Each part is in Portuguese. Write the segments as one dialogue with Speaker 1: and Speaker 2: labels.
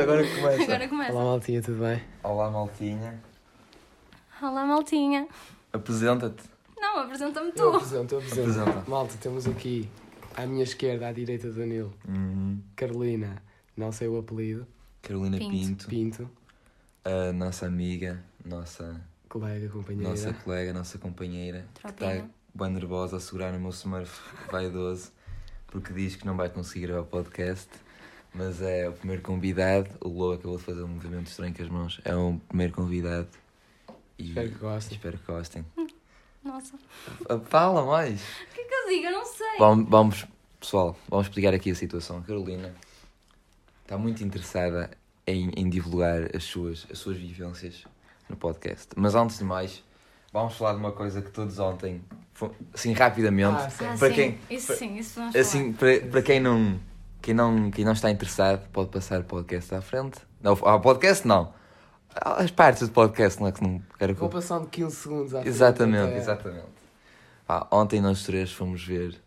Speaker 1: Agora começa.
Speaker 2: Agora começa.
Speaker 3: Olá,
Speaker 2: Olá,
Speaker 3: maltinha, tudo bem?
Speaker 1: Olá, maltinha.
Speaker 2: maltinha.
Speaker 1: Apresenta-te.
Speaker 2: Não, apresenta-me tu.
Speaker 3: Eu apresento, eu apresento.
Speaker 1: Apresenta.
Speaker 3: Malta, temos aqui à minha esquerda, à direita do Danilo,
Speaker 1: Uhum.
Speaker 3: Carolina, não sei o apelido,
Speaker 1: Carolina
Speaker 2: Pinto.
Speaker 1: Pinto.
Speaker 3: Pinto,
Speaker 1: a nossa amiga, nossa,
Speaker 3: colega, companheira.
Speaker 1: nossa colega, nossa companheira, que
Speaker 2: Tropinha.
Speaker 1: está bem nervosa a segurar no meu smurf vaidoso, porque diz que não vai conseguir gravar o podcast. Mas é o primeiro convidado. O Lou acabou de fazer um movimento estranho com as mãos. É o primeiro convidado. E
Speaker 3: Espero que gostem.
Speaker 1: espero que gostem.
Speaker 2: Nossa.
Speaker 1: Fala mais!
Speaker 2: O que é que eu digo? Eu não sei.
Speaker 1: Vamos, vamos- pessoal, vamos explicar aqui a situação. Carolina está muito interessada em, em divulgar as suas, as suas vivências no podcast. Mas antes de mais, vamos falar de uma coisa que todos ontem, fo- assim rapidamente,
Speaker 3: Ah, sim.
Speaker 2: Ah,
Speaker 1: Para
Speaker 2: sim.
Speaker 1: quem-
Speaker 2: Isso
Speaker 1: para-
Speaker 2: sim, isso vamos falar.
Speaker 1: assim, para, para quem não. Quem não, quem não está interessado pode passar o podcast à frente. Não, ao podcast não. As partes do podcast não é que não quero que
Speaker 3: Vou passar um de 15 segundos à frente é.
Speaker 1: Exatamente,
Speaker 3: até
Speaker 1: exatamente. Pá, ontem nós três fomos ver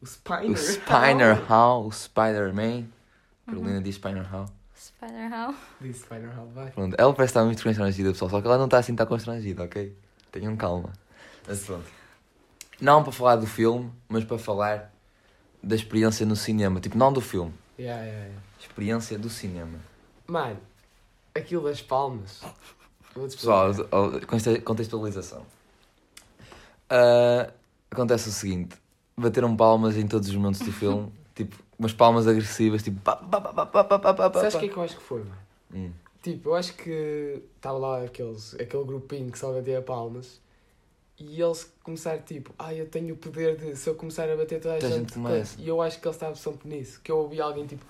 Speaker 3: O Spiner.
Speaker 1: O Spiner Hall, o Spider-Man.
Speaker 3: Uhum.
Speaker 1: Carolina diz Spiner Hall.
Speaker 2: Spider How.
Speaker 3: Disse Spiner Hall, vai.
Speaker 1: Pronto, ela parece estar muito constrangida, pessoal. Só que ela não está assim tão constrangida, ok? Tenham calma. Mas pronto. Não para falar do filme, mas para falar da experiência no cinema. Tipo, não do filme.
Speaker 3: Yeah, yeah, yeah.
Speaker 1: Experiência do cinema.
Speaker 3: Mano, aquilo das palmas. Vou-te
Speaker 1: Pessoal,
Speaker 3: explicar.
Speaker 1: ó, conte- contextualização. Ah, acontece o seguinte: bateram palmas em todos os momentos do filme. tipo, umas palmas agressivas, tipo. Pá, pá, pá, pá, pá, pá, pá, pá,
Speaker 3: Sabes o
Speaker 1: pá.
Speaker 3: que é que eu acho que foi, mano?
Speaker 1: Hum.
Speaker 3: Tipo, eu acho que estava lá aqueles, aquele grupinho que só batia palmas e eles começaram tipo, ah, eu tenho o poder de se eu começar a bater toda a
Speaker 1: Toda a
Speaker 3: gente.
Speaker 1: gente
Speaker 3: coisa."
Speaker 1: merece.
Speaker 3: e eu acho que eles estavam sempre nisso, que eu ouvi alguém tipo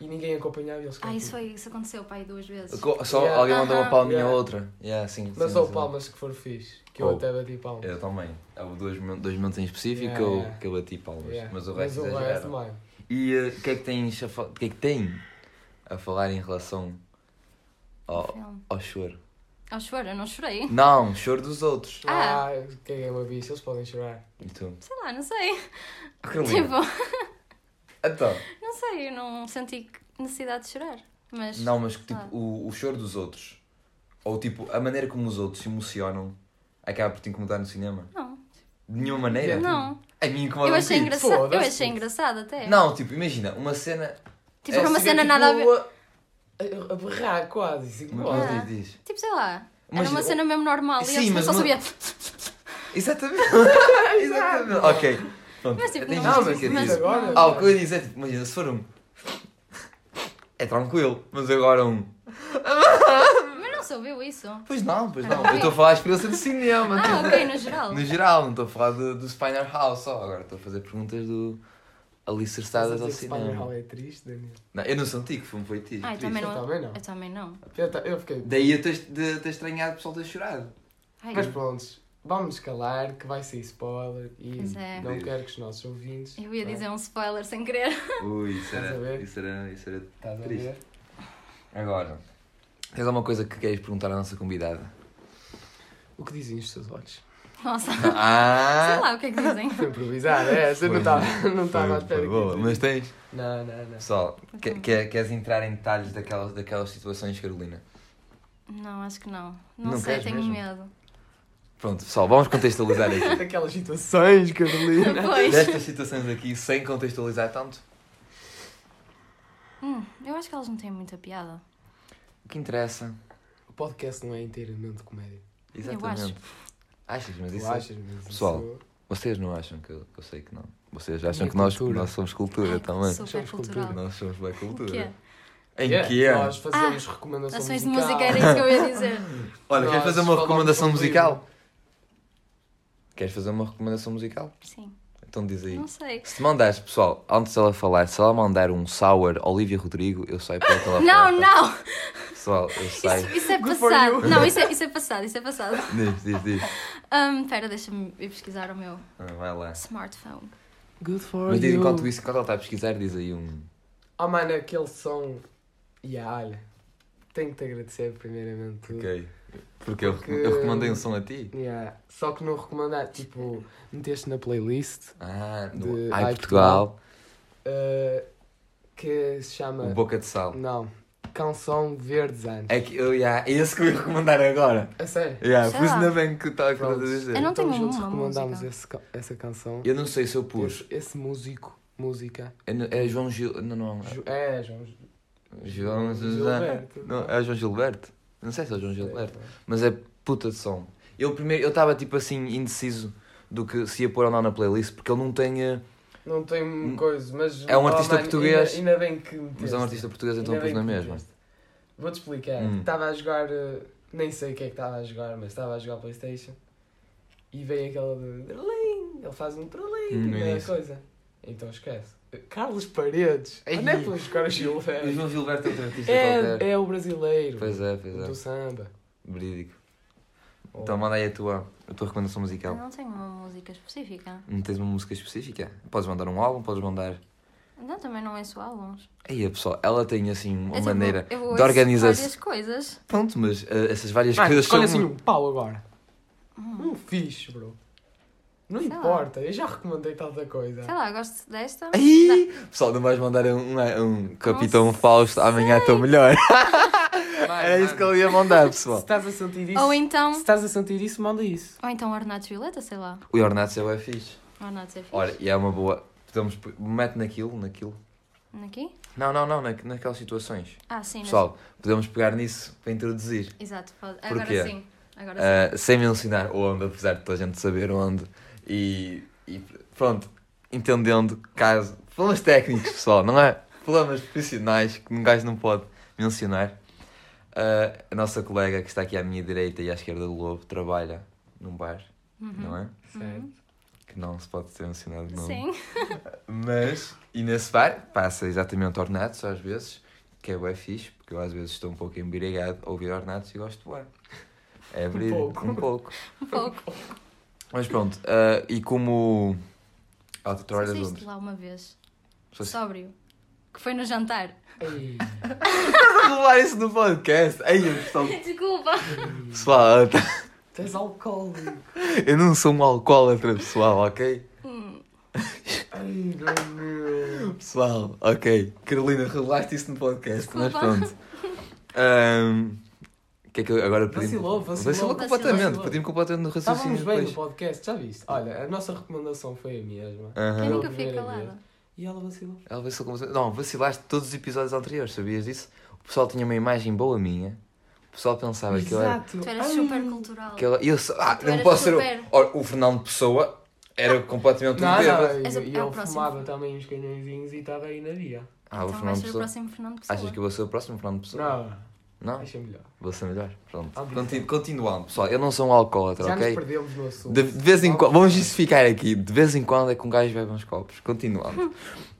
Speaker 3: e ninguém acompanhava e eles
Speaker 2: Ah,
Speaker 3: ficaram,
Speaker 2: isso
Speaker 3: tipo,
Speaker 2: foi, isso aconteceu, pai, duas vezes.
Speaker 1: Co- Só
Speaker 3: Yeah.
Speaker 1: alguém mandou uma
Speaker 2: Aham.
Speaker 1: palminha a
Speaker 3: Yeah.
Speaker 1: outra. Yeah, sim,
Speaker 3: Mas
Speaker 1: sim,
Speaker 3: houve
Speaker 1: sim. É,
Speaker 3: palmas que foram fixe, que eu
Speaker 1: Houve.
Speaker 3: até bati palmas.
Speaker 1: Eu também. Houve dois, momen- dois momentos em específico
Speaker 3: Yeah,
Speaker 1: que, eu,
Speaker 3: yeah.
Speaker 1: que eu bati palmas.
Speaker 3: Yeah.
Speaker 1: Mas o resto
Speaker 3: Mas
Speaker 1: exageraram.
Speaker 3: mano.
Speaker 1: E eh, o que é que tens a fa- o que é que tem a falar em relação ao,
Speaker 2: Filme.
Speaker 1: ao choro?
Speaker 2: Oh, choro, eu não chorei.
Speaker 1: Não, choro dos outros.
Speaker 3: Ah,
Speaker 2: Ah.
Speaker 3: quem é uma bicha, eles podem chorar.
Speaker 1: E tu?
Speaker 2: Sei lá, não sei.
Speaker 1: Carolina.
Speaker 2: Tipo,
Speaker 1: Então,
Speaker 2: não sei, eu não senti que- necessidade de chorar. Mas.
Speaker 1: não, mas que,
Speaker 2: Ah.
Speaker 1: tipo, o, o choro dos outros, ou tipo, a maneira como os outros se emocionam, acaba por te incomodar no cinema?
Speaker 2: Não.
Speaker 1: De nenhuma maneira?
Speaker 2: Não.
Speaker 1: A mim incomoda
Speaker 2: Eu achei,
Speaker 1: um bocadinho.
Speaker 2: engraça... eu
Speaker 3: Foda-se.
Speaker 2: achei engraçado até.
Speaker 1: Não, tipo, imagina, uma cena.
Speaker 2: Tipo,
Speaker 1: É,
Speaker 2: era uma
Speaker 3: Seria,
Speaker 2: cena
Speaker 3: tipo,
Speaker 2: nada a ver.
Speaker 3: a- A, a berrar quase, isso incomoda.
Speaker 2: Ah.
Speaker 1: Diz, diz.
Speaker 2: Tipo, sei lá. Era
Speaker 1: Imagina,
Speaker 2: uma cena mesmo normal
Speaker 1: Sim,
Speaker 2: e eu
Speaker 1: mas
Speaker 2: só
Speaker 1: uma-
Speaker 2: sabia.
Speaker 1: Exatamente. Exatamente. ok. Pronto.
Speaker 2: Mas, tipo,
Speaker 1: Tem
Speaker 2: não,
Speaker 3: Não,
Speaker 1: mais
Speaker 3: mas
Speaker 1: que
Speaker 3: isso
Speaker 1: eu
Speaker 2: mas-
Speaker 1: dizer.
Speaker 3: agora.
Speaker 1: Ah, o que eu ia dizer, tipo, imagina, se for um. É tranquilo, mas agora um.
Speaker 2: Mas não soube eu isso.
Speaker 1: Pois não, pois não.
Speaker 2: Ah,
Speaker 1: Eu estou a falar a experiência de cinema.
Speaker 2: Ah,
Speaker 1: tipo,
Speaker 2: ok, no geral.
Speaker 1: No geral, não estou a falar do, do Spiner House só. Agora estou a fazer perguntas do. alicerçadas ao
Speaker 3: Mas o Spinal
Speaker 1: cinema.
Speaker 3: Hall é triste, Daniel.
Speaker 1: Não, eu não sou antigo, foi um feitiço.
Speaker 2: Ai, também
Speaker 3: Eu
Speaker 2: não. é?
Speaker 3: também não.
Speaker 2: Eu também não.
Speaker 3: Eu, ta- eu fiquei.
Speaker 1: Daí eu ter de- ter estranhado o pessoal ter chorado.
Speaker 2: Ai,
Speaker 3: Mas pronto, vamos calar que vai ser spoiler e
Speaker 2: Pois é.
Speaker 3: não quero que os nossos ouvintes.
Speaker 2: eu ia dizer um spoiler sem querer.
Speaker 1: Ui, isso
Speaker 3: Estás a
Speaker 1: era.
Speaker 3: ver?
Speaker 1: Isso era. Isso era
Speaker 3: Estás a
Speaker 1: Triste.
Speaker 3: ver?
Speaker 1: Agora, tens alguma coisa que queres perguntar à nossa convidada?
Speaker 3: O que dizem os teus olhos?
Speaker 2: Nossa, sei
Speaker 1: Ah!
Speaker 2: lá o que é que dizem.
Speaker 3: Foi improvisada, é essa, não
Speaker 1: Foi-
Speaker 3: estava não estava à
Speaker 1: Foi-
Speaker 3: espera
Speaker 1: foi
Speaker 3: que
Speaker 1: boa,
Speaker 3: dizem.
Speaker 1: Mas tens.
Speaker 3: Não, não, não.
Speaker 1: Pessoal, que-
Speaker 2: Então.
Speaker 1: que- queres entrar em detalhes daquelas, daquelas situações, Carolina?
Speaker 2: Não, acho que não. Não,
Speaker 1: Não
Speaker 2: sei,
Speaker 1: queres
Speaker 2: tenho
Speaker 1: mesmo?
Speaker 2: medo.
Speaker 1: Pronto, pessoal, vamos contextualizar aqui.
Speaker 3: Daquelas situações, Carolina.
Speaker 2: Pois.
Speaker 1: Destas situações aqui, sem contextualizar tanto,
Speaker 2: Hum, eu acho que elas não têm muita piada.
Speaker 1: o que interessa?
Speaker 3: O podcast não é inteiramente comédia.
Speaker 1: Exatamente. Achas, mas
Speaker 3: Tu
Speaker 1: isso. é
Speaker 3: achas, mas isso-
Speaker 1: Pessoal, Vocês não acham que eu, que eu sei que não. Vocês acham
Speaker 3: Minha
Speaker 1: que nós,
Speaker 3: cultura.
Speaker 1: nós somos cultura
Speaker 2: Ai,
Speaker 1: também.
Speaker 2: Super
Speaker 3: Somos cultura.
Speaker 2: cultural.
Speaker 1: Nós somos bem
Speaker 2: O que
Speaker 1: cultura.
Speaker 2: é?
Speaker 1: Em
Speaker 3: Yeah,
Speaker 1: que é?
Speaker 3: Nós fazemos recomendações
Speaker 2: Ah, Ações de
Speaker 3: musicais.
Speaker 2: música era isso que eu ia dizer.
Speaker 1: Olha, queres
Speaker 3: Nós
Speaker 1: fazer uma
Speaker 3: falamos
Speaker 1: recomendação
Speaker 3: sobre
Speaker 1: musical? Queres fazer uma recomendação musical?
Speaker 2: Sim,
Speaker 1: Então diz aí.
Speaker 2: não sei.
Speaker 1: Se mandares, pessoal, antes dela falar, se ela mandar um sour Olivia Rodrigo, eu saio pela aquela
Speaker 2: Não, não!
Speaker 1: Pessoal, eu saio.
Speaker 2: Isso, isso é
Speaker 3: Good for
Speaker 2: passado.
Speaker 3: you.
Speaker 2: Não, isso é, isso é passado, isso é passado.
Speaker 1: diz, diz, diz.
Speaker 2: Hum, pera, deixa-me ir pesquisar o meu
Speaker 1: Ah, vai lá.
Speaker 2: smartphone.
Speaker 3: Good
Speaker 2: Oh,
Speaker 3: for
Speaker 1: Mas diz
Speaker 3: you.
Speaker 1: enquanto isso, enquanto ela está a pesquisar, diz aí um.
Speaker 3: Oh, mano, aquele som. E olha, tenho que te agradecer primeiramente. tudo.
Speaker 1: Ok. Porque eu,
Speaker 3: Porque-
Speaker 1: eu recomendei um som a ti.
Speaker 3: Yeah. Só que não recomendar, tipo, meteste na playlist
Speaker 1: Ah, no
Speaker 3: De-
Speaker 1: Ai
Speaker 3: Ai,
Speaker 1: Portugal,
Speaker 3: uh, que se chama.
Speaker 2: é?
Speaker 1: o Boca de Sal.
Speaker 3: Não, Canção Verdes Anos.
Speaker 1: É que eu, yeah, é esse que eu ia recomendar agora.
Speaker 3: A sério?
Speaker 1: Yeah,
Speaker 2: Sei
Speaker 1: pus
Speaker 2: lá.
Speaker 1: na bem É que estava a
Speaker 3: Pronto.
Speaker 1: dizer.
Speaker 2: Eu não
Speaker 3: então
Speaker 2: tenho
Speaker 3: juntos
Speaker 2: uma
Speaker 3: recomendámos
Speaker 2: música.
Speaker 3: esse ca- essa canção.
Speaker 1: Eu não sei se eu pus.
Speaker 3: Esse, esse músico. Música.
Speaker 1: É, no- é João Gil. Não, não.
Speaker 3: Ju- É, João. Ju-
Speaker 1: João
Speaker 3: Gilberto.
Speaker 1: Não, é João Gilberto. Não sei se é João Gilberto. Mas é puta de som. Eu primeiro, eu estava tipo assim indeciso do que se ia pôr ou não na playlist, porque ele não tem. eh,
Speaker 3: Não tem
Speaker 1: Hum.
Speaker 3: coisa, mas.
Speaker 1: É um artista
Speaker 3: mano,
Speaker 1: português.
Speaker 3: Ainda, ainda bem que
Speaker 1: Mas é um artista português, então pus na mesma.
Speaker 3: Vou-te explicar.
Speaker 1: Hum.
Speaker 3: Estava a jogar. eh, Nem sei o que é que estava a jogar, mas estava a jogar Playstation. E veio aquela de. Trolling! Ele faz um trolling
Speaker 1: Hum, no
Speaker 3: na
Speaker 1: início.
Speaker 3: coisa. Então esquece. Carlos Paredes.
Speaker 1: Ei.
Speaker 3: Onde é que vou buscar o
Speaker 1: O
Speaker 3: Gilberto?
Speaker 1: João Gilberto é outro artista qualquer.
Speaker 3: É, é o brasileiro.
Speaker 1: Pois é, pois
Speaker 3: Do
Speaker 1: é.
Speaker 3: samba.
Speaker 1: Verídico.
Speaker 3: Ou-
Speaker 1: Então manda aí a tua, a tua recomendação
Speaker 2: Eu
Speaker 1: musical.
Speaker 2: não tenho uma música específica.
Speaker 1: Não tens uma música específica? Podes mandar um álbum, podes mandar.
Speaker 2: Não, também não ouço álbuns.
Speaker 1: Aí, pessoal, ela tem assim uma
Speaker 2: É tipo,
Speaker 1: maneira
Speaker 2: eu ouço
Speaker 1: de organizar-se.
Speaker 2: várias coisas.
Speaker 1: Pronto, mas eh, essas várias
Speaker 3: Mano,
Speaker 1: coisas são.
Speaker 3: escolhe assim um pau agora.
Speaker 2: Hum.
Speaker 3: Um fixe, bro. Não
Speaker 2: Sei lá.
Speaker 3: importa, eu já recomendei tanta coisa.
Speaker 2: Sei lá, gosto desta.
Speaker 1: Ai, pessoal, não vais mandar um, um, um Capitão Fausto amanhã estou melhor.
Speaker 3: Vai,
Speaker 1: Era isso
Speaker 3: mano.
Speaker 1: que ele ia mandar,
Speaker 3: Se
Speaker 1: pessoal.
Speaker 3: estás a sentir isso,
Speaker 2: Ou então.
Speaker 3: se estás a sentir isso, manda isso.
Speaker 2: Ou então Ornatos Violeta, sei lá.
Speaker 1: O Ornato já é fixe.
Speaker 2: Ornatos é fixe.
Speaker 1: Olha, e é uma boa. Podemos. p- Mete naquilo, naquilo.
Speaker 2: Aqui?
Speaker 1: Não, não, não, na, naquelas situações.
Speaker 2: Ah, sim. nas-
Speaker 1: Pessoal, podemos pegar nisso para introduzir.
Speaker 2: Exato. pode-
Speaker 1: Porquê?
Speaker 2: Agora sim. Agora sim.
Speaker 1: Ah, sem mencionar onde, apesar de toda a gente saber onde. E, e pronto, entendendo caso. Problemas técnicos, pessoal, não é? Problemas profissionais que um gajo não pode mencionar. Ah, a nossa colega que está aqui à minha direita e à esquerda do Lobo trabalha num bar,
Speaker 2: Uhum.
Speaker 1: não é?
Speaker 3: Certo.
Speaker 1: Que não se pode ser mencionado de nome.
Speaker 2: Sim.
Speaker 1: Mas, e nesse bar, passa exatamente ornatos às vezes, que é bué fixe, porque eu às vezes estou um pouco embriagado a ouvir ornatos e gosto de bué. É abrir,
Speaker 3: pouco.
Speaker 1: um pouco.
Speaker 2: Um pouco.
Speaker 1: Mas pronto, ah, e como. Ah, tu
Speaker 2: Só
Speaker 1: trabalhas
Speaker 2: saíste
Speaker 1: onde?
Speaker 2: lá uma vez.
Speaker 1: Só se-
Speaker 2: Sóbrio. Que foi no jantar.
Speaker 3: Ei,
Speaker 1: Estás a levar isso no podcast? Ai, eu, pessoal.
Speaker 2: Desculpa.
Speaker 1: Pessoal, ah, tá-
Speaker 3: tu és alcoólico.
Speaker 1: eu não sou um alcoólatra, pessoal, ok?
Speaker 2: Hum,
Speaker 3: Ai, meu.
Speaker 1: Pessoal, ok. Carolina, revelaste isso no podcast, mas
Speaker 2: Desculpa.
Speaker 1: pronto. Ahm, que é que eu agora perdi?
Speaker 3: Vacilou, vacilou.
Speaker 1: completamente,
Speaker 3: Vacilou.
Speaker 1: perdi-me completamente no raciocínio.
Speaker 3: Estávamos bem no
Speaker 1: depois.
Speaker 3: podcast, já viste? Olha, a nossa recomendação foi a mesma.
Speaker 2: quem
Speaker 1: Aham.
Speaker 3: Pela
Speaker 2: nunca fica
Speaker 3: primeira
Speaker 2: calada?
Speaker 3: E ela vacilou.
Speaker 1: Ela vacilou completamente. Não, vacilaste todos os episódios anteriores, sabias disso? O pessoal tinha uma imagem boa minha. O pessoal pensava que eu era.
Speaker 2: Tu eras super cultural.
Speaker 1: Ah, Que ela, eu sou- ah,
Speaker 2: Tu
Speaker 1: não
Speaker 2: eras
Speaker 1: posso ser.
Speaker 2: super.
Speaker 1: o- Ora, o Fernando Pessoa era completamente um
Speaker 3: Não,
Speaker 1: bêbado.
Speaker 3: não,
Speaker 2: Essa- é
Speaker 3: e
Speaker 2: o
Speaker 3: ele
Speaker 2: próximo.
Speaker 3: fumava também os canhõezinhos e estava aí na via.
Speaker 1: Ah, o
Speaker 2: então vais
Speaker 1: Fernando
Speaker 2: ser o
Speaker 1: Pessoa.
Speaker 2: próximo Fernando Pessoa.
Speaker 1: Achas que eu vou ser o próximo Fernando Pessoa?
Speaker 3: Não,
Speaker 1: Não?
Speaker 3: acha melhor.
Speaker 1: Vou ser melhor. Pronto.
Speaker 3: Ah,
Speaker 1: Continu- continuando, pessoal. Eu não sou um alcoólatra,
Speaker 3: Já nos
Speaker 1: ok?
Speaker 3: perdemos no assunto.
Speaker 1: De, de vez em quando, vamos justificar aqui, de vez em quando é que um gajo bebe uns copos. Continuando.